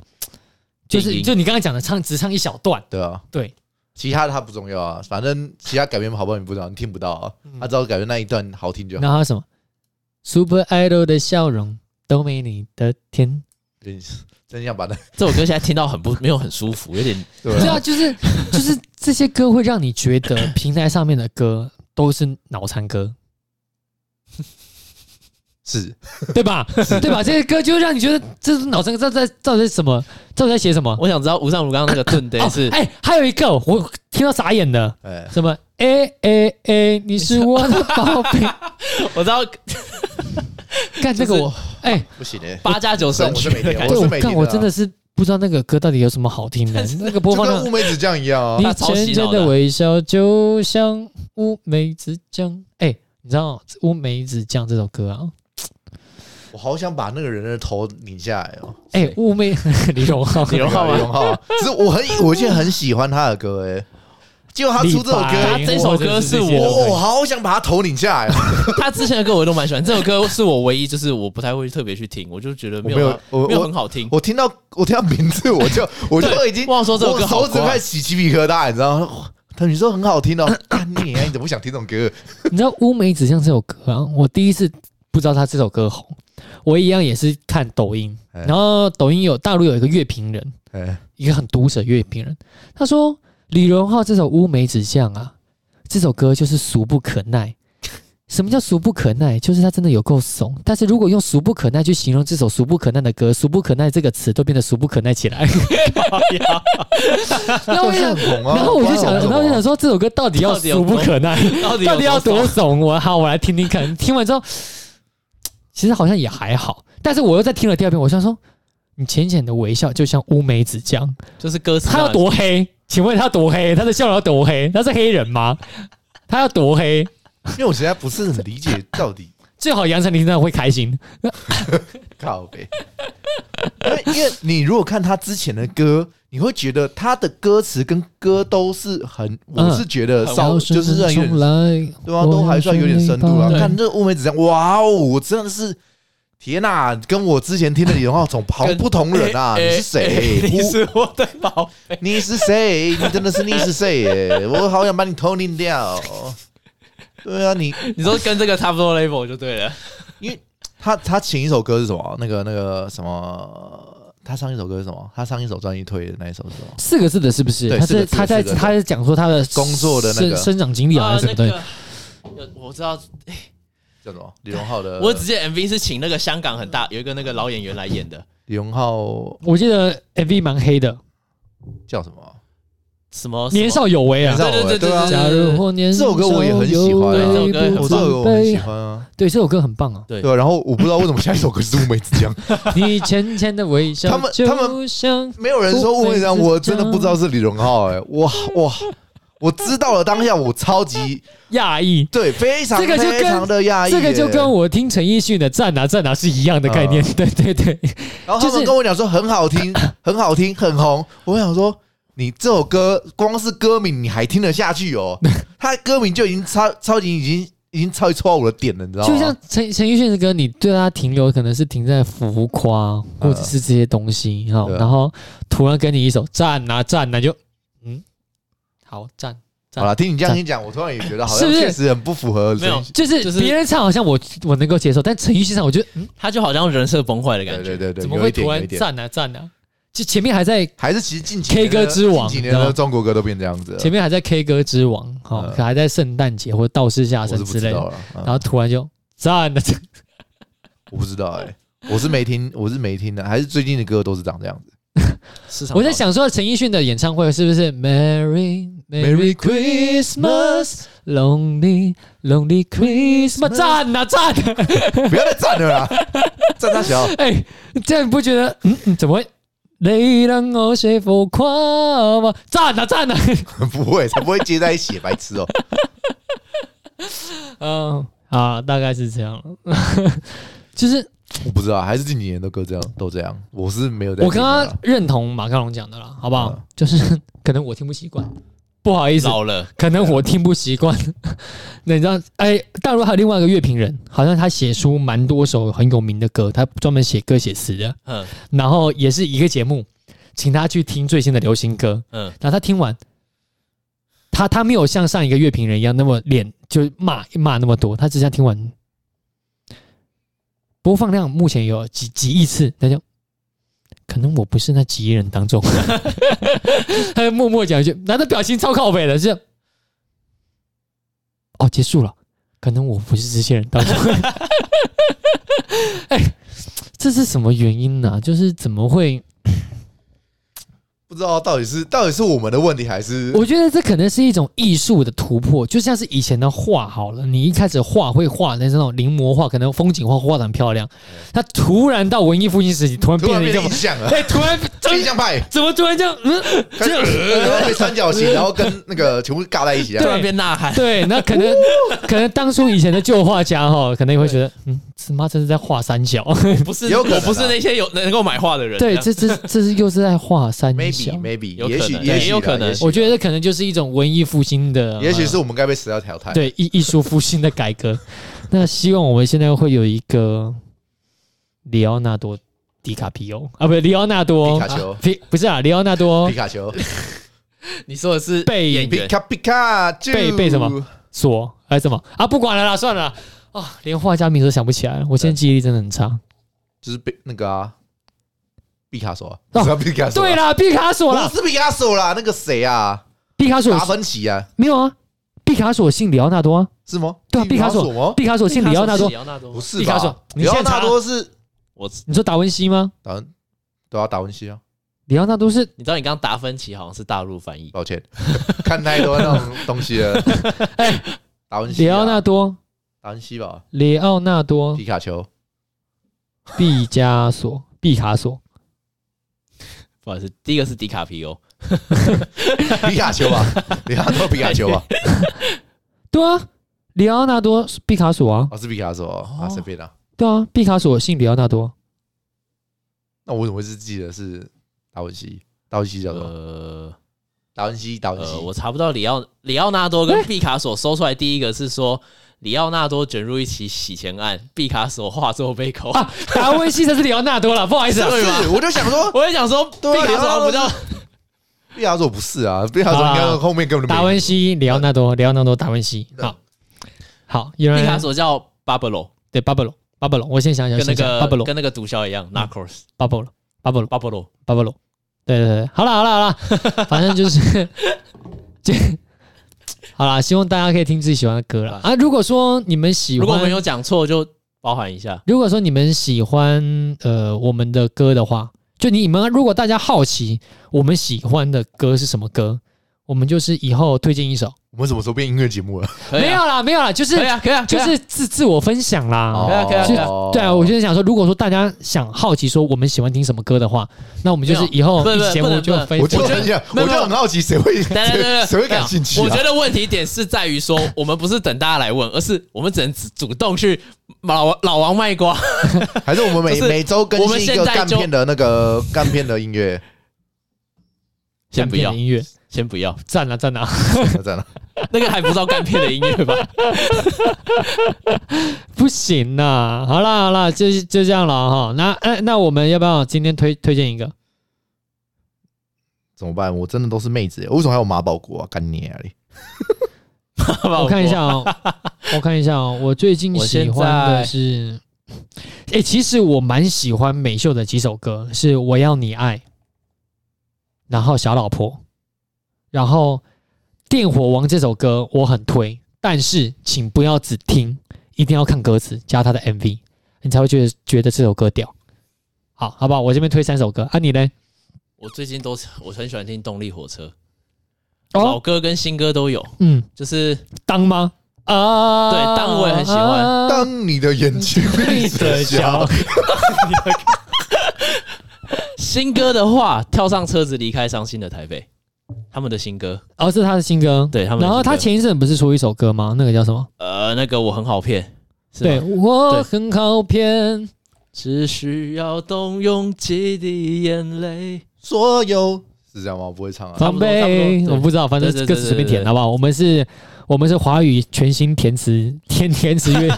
就是
电音
就你刚刚讲的唱，只唱一小段，
对啊，
对，
其他的他不重要啊，反正其他改编好不好你不知道，你听不到啊，他只要改编那一段好听就好。
然后还有什么 Super Idol 的笑容都没你的甜，
真真想把那
这首歌现在听到很不没有很舒服，有点
对
对
吧
啊，就是就是这些歌会让你觉得平台上面的歌都是脑残歌，
是
对吧？对吧？这些歌就让你觉得这是脑子在在到底是什么？到底在写什么？
我想知道吴尚如刚刚那个 顿得
哦
是
哎、还有一个我听到傻眼的，
哎，
什么？哎哎哎，你是我的宝贝。哦
我知道
干这个我哎、
不行哎，
八加九是
这我是没听过
对
是
我
没
干
听
我
的啊
真的是不知道那个歌到底有什么好听的，那个播
就
放量
跟乌梅子酱一样啊
你
他抄袭
浅浅
到的啊
的微笑就像乌梅子酱。哎、你知道乌梅子酱这首歌啊？
我好想把那个人的头拧下来哦。
哎、乌梅 李荣浩，
李荣浩吗
李荣浩，只是我很，我以前很喜欢他的歌哎，结果他出这首
李白
他
歌，
这首歌是我
我我好想把他头拧下来哦。
他之前的歌我都蛮喜欢，这首歌是我唯一就是我不太会特别去听，我就觉得没有
我没有
到
我
没有
我
很好听。
我听到我听到名字，我就我就已经
忘了说这首歌
我
好
手指
怪
快起鸡皮疙瘩，你知道吗？他你说很好听哦， 干你啊！你怎么不想听这种歌？
你知道乌梅子酱这首歌啊？我第一次不知道他这首歌红，我一样也是看抖音，
哎
然后抖音有大陆有一个乐评人，
哎，
一个很毒舌乐评人，他说李荣浩这首《乌梅子酱》啊，这首歌就是俗不可耐。什么叫俗不可耐？就是他真的有够怂，但是如果用俗不可耐去形容这首俗不可耐的歌，俗不可耐这个词都变得俗不可耐 起来。然后我就想，
很红啊！
然后我就想，
不然
然后我就想说，这首歌到底要
到底有
俗不可耐，
到底
到底要
多
多
少
怂？我好，我来听听看。听完之后，其实好像也还好，但是我又再听了第二遍，我想说，你浅浅的微笑就像乌梅子酱。
就是歌词哎
他要多黑？请问他多黑？他的笑容要多黑？他是黑人吗？他要多黑？
因
啊
为我实在不是很理解到底
最好杨丞琳这样会开心。
靠呗。因为因为你如果看他之前的歌，你会觉得他的歌词跟歌都是很，
嗯
我是觉得稍就是让有点
来，
对啊，都还算有点深度啊。
对
看这乌梅子酱，哇哦，我真的是天哪、跟我之前听的李荣浩总好
跟
不同人啊！
哎
你是谁？
哎你
我
是 我的宝贝。
你是谁？你真的是你是谁耶？我好想把你头拧掉。对啊，你
你说跟这个差不多 level 就对了。
因为他他前一首歌是什么？那个那个什么？他上一首歌是什么？他上一首专辑推的那一首是什么？
四个字的是不是？
对
他
四个
是
字的
他在
四个字
他在讲说他的
工作的那个
生生长经历好像是什么东西。
啊那个有我知道，
叫什么？李荣浩的。
我只记得 MV 是请那个香港很大有一个那个老演员来演的，
李荣浩
我记得 MV 蛮黑的，
叫什么？
哦什么
年少有为啊
年。少有为
对对对
对啊
对
假如我年
这
少
首歌我也很喜欢啊
有为
对
我
不
这首歌
防
我很
备
喜欢啊。
对这首歌很棒啊！
对
对啊，然后我不知道为什么下一首歌是乌梅子酱，
你浅浅的微笑，
他们他们
就像
没有人说乌梅子酱，我真的不知道是李荣浩哎、哇哇！我知道了当下，我超级
亚裔。
对，非常
这个就跟
非常的讶异、
这个就跟我听陈奕迅的《赞啊赞啊》是一样的概念。对对对，
然后他
就
们
是
跟我讲说很 好听，很好听，很红。我想说，你这首歌光是歌名你还听得下 去哦？他歌名就已经超超级已经已经超级戳到我的点了，你知道吗？
就像陈陈奕迅的歌，你对他停留可能是停在浮夸或者是这些东西哈、
对啊
然后突然给你一首赞啊赞啊，就嗯，好赞，
好了，听你这样一讲，我突然也觉得好像
是不是
确实很不符合
没有
人性
就是
就是
别人唱好像我我能够接受，但陈奕迅唱，我觉得嗯，
他就好像人设崩坏的感
对
觉
对。对对，
怎么
有
会
一点
突
有一
然
点
赞啊赞啊？就前面还在
还是其实近几年
K 歌
的
之王
近几
你
年
知道
的
吗
中国歌都变这样子了，
前面还在 K 歌之王哈、
嗯
可还在圣诞节或道士下
我是
生
不
之
知
类的
道，了，
然
嗯
后突然就赞啊赞，
我不知道哎，我是没听，我是没听的，还是最近的歌都是长这样子。
市场
我在想说陈奕迅的演唱会是不是 Merry Merry Christmas Lonely Lonely Christmas 赞呐赞！
不要再站了啦，站他小。
哎，这样你不觉得嗯嗯怎么会？你让我说浮夸吗？赞呐赞呐！啊
不会，才不会接在一起，白痴哦、
嗯啊，大概是这样了。 就是
我不知道，还是近几年都哥这样，都这样。我是没有在
我
听的
刚
啦。
刚认同马克龙讲的啦，好不好
嗯？
就是 可能我听不习惯，不好意思，
老了，
可能我听不习惯。
啊
那你知道，哎，大陆还有另外一个乐评人，好像他写出蛮多首很有名的歌，他专门写歌写词的。
嗯
然后也是一个节目，请他去听最新的流行歌。
嗯，
然后他听完，他他没有像上一个乐评人一样那么脸就骂骂那么多，他只想听完。播放量目前有几几亿次，他就可能我不是那几亿人 当中，他就默默讲一句，拿着表情超靠北的，是哦结束了，可能我不是这些人当中。 哎，这是什么原因呢、就是怎么会？
不知道到底是到底是我们的问题还是
我觉得这可能是一种艺术的突破，就像是以前的画好了，你一开始画会画那种临摹画，可能风景画画的很漂亮，它突然到文艺复兴时期，突然
突
变
然
成一
变
个
印，象 啊了？
哎，突然
印象派
怎么突然这样？嗯，
开始呃会三角形，然后跟那个全部尬在一起啊
突。然变呐喊，
对，那可能可能当初以前的旧画家哈，可能也会觉得，嗯，这妈这是在画三角。
不是
也有可能
我
啊
不是那些有能够买画的人，
对，
这样
这这这是又是在画三
Maybe
角。
maybe，
有
也
可
许
能
也
也
许
有
啦
可能
也许
我觉得这可能就是一种文艺复兴的，
也许是我们该被时代淘汰。
呃对艺艺 术复兴的改革。 那希望我们现在会有一个里奥纳多·迪卡皮欧啊，不，里奥纳多
皮卡丘
啊皮不是啊，里奥纳多
皮卡丘，
你说的是
被
演
皮
员，
卡皮卡丘，
被被什么？索还是什么啊？不管了啦，算了啦啊，连画家名字都想不起来了，我现在记忆力真的很差。
啊就是被那个啊，毕卡索啊，不是啊毕卡索啊，
哦对啦，毕卡索啦，
不是毕卡索啦，那个谁啊，
毕卡索
达芬奇啊，
没有啊，毕卡索姓里奥纳多啊，
是吗？
对啊毕卡索
吗？
毕卡索姓里奥纳多
里，奥纳多
不是吧
毕卡索你
里奥
现
纳
查
多是
我
你说达文西吗？
达文，对啊，达文西啊，
里奥纳多是
你知道你刚刚达芬奇好像是大陆翻译，
抱歉， 看太多那种东西了。
哎
达文西
里
啊，
奥纳多，
达文西吧，
里奥纳多
皮，卡丘，
毕加索，毕卡索，
不好意思，第一个是迪卡皮欧，
皮卡丘吧，里奥纳多皮卡丘吧，
对啊，里奥纳多是毕卡索啊，
哦是皮卡索哦啊，随便啦。
对啊，毕卡索姓里奥纳多，
那我怎么会是记得是达文西？达文西叫什么？
呃
达文西，达文西
呃，，我查不到里奥里奥纳多跟毕卡索搜出来，第一个是说里奥纳多卷入一起洗钱案，毕卡索化作被扣
啊达文西才是里奥 纳多啦，不好意思啊，
对吧
是，我就想说，
我也想说，毕
对啊
卡索好像不
里奥
叫
毕卡索不是啊，毕卡索
好
应
啦
该后面根本就没有
达文西，里奥纳多，里奥纳多，达文西，
对
好，好，有
毕卡
人
索叫巴布罗，
对巴布罗，巴布罗，我先想想，
跟那
先想巴布
个
罗，
跟那个毒枭一样，Narcos
巴布罗，巴布罗。
巴布罗，
巴巴罗。对对对，好了好 了好了，反正就是 这。好啦，希望大家可以听自己喜欢的歌啦。啊！如果说你们喜欢，
如果我们有讲错就包含一下，
如果说你们喜欢呃我们的歌的话，就你们如果大家好奇我们喜欢的歌是什么歌，我们就是以后推荐一首。
我们什么时候变音乐节目了？
可以啊
没有啦，没有啦，就是、
可以啊，可以啊，
就
可以啊
是自自我分享啦。
可以啊
哦
可以啊
就
可以啊
对啊，哦我就是想说，如果说大家想好奇说我们喜欢听什么歌的话，那我们就是
没有
以后
不
一
不
期节
不
目
能
就
不能
分
我
享
就。很想，
没有
我就
没有
很好奇谁会
对对对，对
谁会感兴趣啊
我觉得问题点是在于说，我们不是等大家来问，而是我们只能主主动去老王老王卖瓜。
还是我们每
就是
每周更
我们
新一
现
个
在
干
就
片的那个干片的音乐，
先不
片
要
的，音乐，
先不要，
赞啊赞啊！
就这样了。
那个还不到干片的音乐 吧？
不行呐、好啦好啦，就就这样了哈。那哎、那我们要不要今天推推荐一个？
怎么办？我真的都是妹子耶，为什么还有马保国啊？干你啊你！
我
我
看一，下哦，我看一下哦。我最近喜欢的是，哎、其实我蛮喜欢美秀的几首歌，是《我要你爱》，然后《小老婆》，然后《电火王》这首歌我很推，但是请不要只听，一定要看歌词加他的 MV，你才会觉得觉得这首歌屌。好，好不好？我这边推三首歌，啊，你嘞？
我最近都我很喜欢听动力火车，老，歌跟新歌都有，
嗯，
就是
当吗？啊，
对当我也很喜欢
啊
当你的眼睛闭着笑，，
新歌的话，跳上车子离开伤心的台北，他们的新歌，
哦，这是他的新歌。
对他们的新歌。
然后他前一阵不是出一首歌吗？那个叫什么？
呃那个我很好骗，是
对
吗？
我
对
很靠偏，
只需要动用几滴眼泪。
所有是这样吗？我不会唱啊。
差
防
不多差不多
备，
对
我不知道，反正
对对对
歌词随便
对对
填，
对
好不好？我们是，我们是华语全新填词，填填词乐，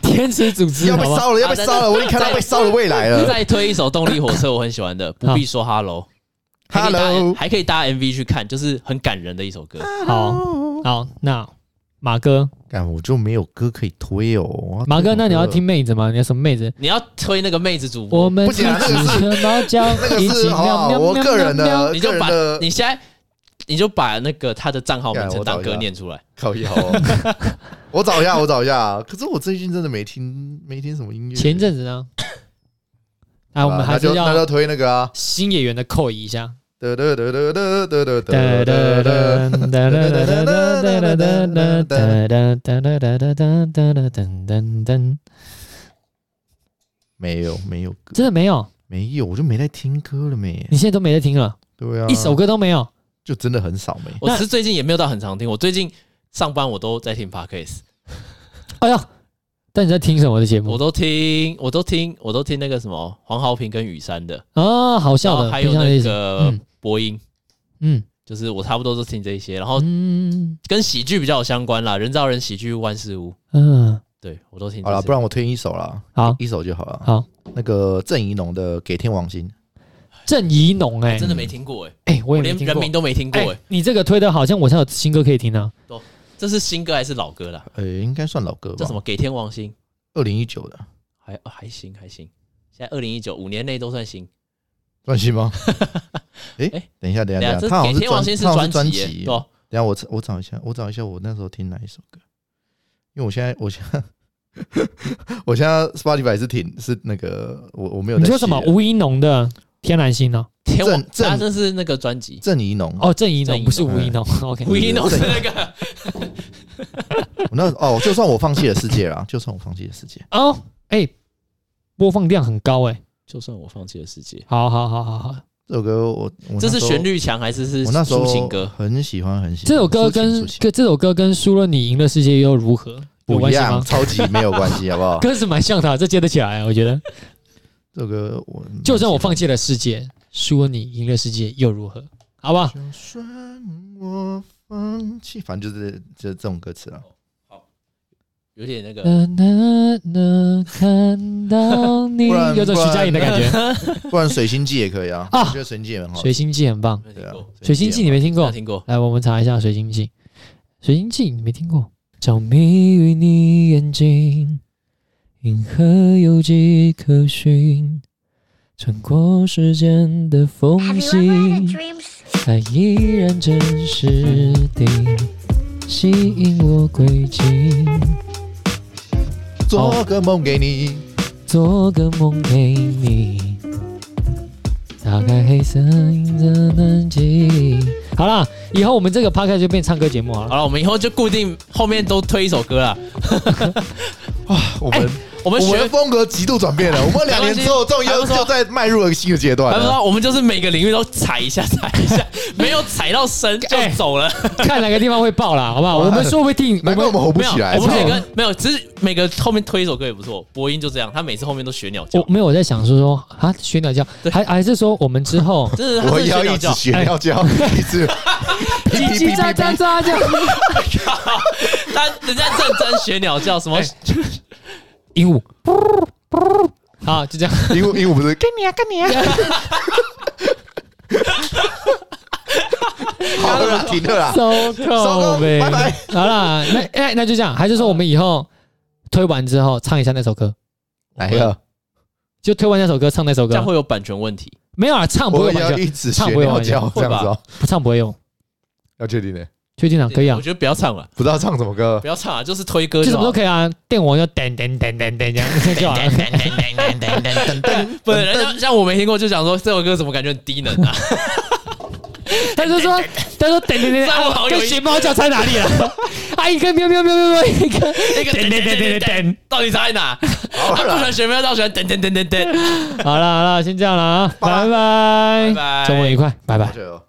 填词组织，
要
好
被
不好？
烧了，要被烧了！我已经看到被烧的未来了。
再推一首动力火车，我很喜欢 的，不必说 Hello。还可以搭
Hello，
还可以搭 MV 去看，就是很感人的一首歌。
好，好，那马哥，
干我就没有歌可以推哦。我要
马哥，
推
那你要
歌
听妹子吗？你要什么妹子？
你要推那个妹子主
我
播，
们
不
是
行啊
只是猫脚，
那个
一
是
起
好不
喵
好？
喵
我
喵
个
喵
人
喵
的，
你就
个人
把
的
你现在你就把那个他的账号名
干
称
我找
当
一下
歌念出来。
靠腰哦。我找一下，我找一下。可是我最近真的没听没听什么音乐。
前一阵子呢，啊，
啊，
我们还
那
是
就那就
要
推那个啊，
新演员的扣一下。
得得得得得得得
哒哒哒
得得得。
哒哒哒哒哒哒哒哒哒哒哒哒哒哒哒噔噔，
没有没有歌，
真的没有，
没有，我就没在听歌了没。
你现在都没得听了，
对啊，
嗯一首歌都没有。
就真的很少没。
我其实最近也没有到很常听，我最近上班我都在听 podcast，
哎呦，但你在听什么的节
我
目
都听，我都听，我都听那个什么黄豪平跟雨山的，
啊？好
然
笑
后
的，
还有
平常的
那
意思
个
嗯
播音，
嗯
就是我差不多都听这一些，然后
嗯
跟喜剧比较有相关啦，人造人喜剧万事屋，
嗯，
对我都听这些。
好了，不然我推一首啦，
好
一首就好了。
好，
那个郑怡农的《给天王星》，
郑怡农哎
真的没听过哎、
哎，我
我
也没
连
听
人
过
名。都没听过
哎
哎、，
你这个推的好像我才有新歌可以听啊。
这是新歌还是老歌啦？啊
呃，应该算老歌吧？
叫什么？给天王星，
二零一九的，
还、哦还行还行。现在二零一九，五年内都算新。
算新吗？哎
哎，
等一下，等
对
一下，
啊，
等一
这
下，他好
给
像是
天王星
专，
是
他好像是
专
专
耶
辑
对。哦
等一下我我找一下，我找一下我那时候听哪一首歌，因为我现在我现在 我现在 Spotify 是挺是那个我我没有在
你说
写
什么
的？
吴一农的《天蓝星》呢？
天王，
郑
他这是那个专辑。
郑怡农
哦，郑怡
郑怡农
农不是吴一农。OK，
吴一农是那个，
我那哦，就算我放弃了世界啦，就算我放弃了世界，
哦，哎，播放量很高哎。
就算我放弃了世界，
好好好好好，
这首歌我我
这
那
是
时候
旋律强还是是
我那时候
抒情歌？
很喜欢很喜欢
这首歌
抒情
跟
抒情
跟这首歌跟输了你赢了世界又如何有
不
关
一
系
样，
吗？
超级没有关系，好不好？
歌是蛮像的啊，这接得起来啊，我觉得。
这首歌我嗯蛮
就算我放
喜
弃了世界，输了你赢了世界又如何？好不 好？
欢，就算我放弃，反正就是就是这种歌词了。
有点那
啊
个，
能能看到你，
不然
有种徐佳莹的感觉。
不然水星记也可以啊，
啊
我觉得水星记也很好
水。星记很棒，
没
对
听
啊
过，
水星记你没
没
听过？
听过。
来，我们查一下水星记。水星记你没听过？着迷于你眼睛，银河有迹可循，穿过时间的缝
Have you ever had
隙
a。dream
它依然真实地吸引我轨迹，
做个梦给你，
做个梦给你。打开黑色影子门记。好啦，以后我们这个 p o d 就变唱歌节目好
好
了。
了，我们以后就固定后面都推一首歌啦。
我
哎
们
我们
我
学
们的风格极度转变
啊
了，我们两年之后终于
还不错
就在迈入了新的阶段
他们
了。
说我们就是每个领域都踩一下，踩一下，没有踩到深就
哎
走了。
看哪个地方会爆啦，好不好？
哇
我们说不定我
难怪我
们
们红不
没有，
起来。
我们
操
每个没有，只是每个后面推一首歌也不错。播音就这样，他每次后面都学鸟叫
我，没有我在想说说啊，学鸟叫，
对
还还是说我们之后
真的，他
我
真的学
要
鸟
一直
叫。
学
哎
尿叫， 一直
叽叽喳喳喳喳，
他人家认真学鸟叫，什么
哎
鹦鹉，好，就这样。
因为因为我们是
跟你啊，跟你啊，
好了啦， 停了啦。
收
收
购
工
呗，
拜拜
好啦，那哎、那就这样，还是说我们以后推完之后唱一下那首歌，
哪一个？
就推完那首歌唱那首
这
啊
样
歌，
会有版权问题。
没有啊，唱不
我
会
也
完
要
全
一直学尿叫这样子哦，
不唱不会用，
要确定的，
确定啊，可以啊
我，觉得不要唱了，
不知道唱什么歌
不。要唱了，就是推歌
就
就
什么
好
都。可以啊，电网要噔噔噔噔噔这样就好了。
不是，人家像我没听过，就想说这首歌怎么感觉很低能 啊？
他就 说，他说噔噔噔，
这样我
啊
好有
跟
意思
学猫叫差哪里了？ 啊，一个喵喵喵喵喵，一个
那个
噔噔噔噔噔
到底差在哪？他不喜欢学喵，到喜欢噔噔噔噔噔。
噔。好了好了，先这样了啊，
拜
拜
拜
拜
拜
周末愉快，拜拜
好。久哦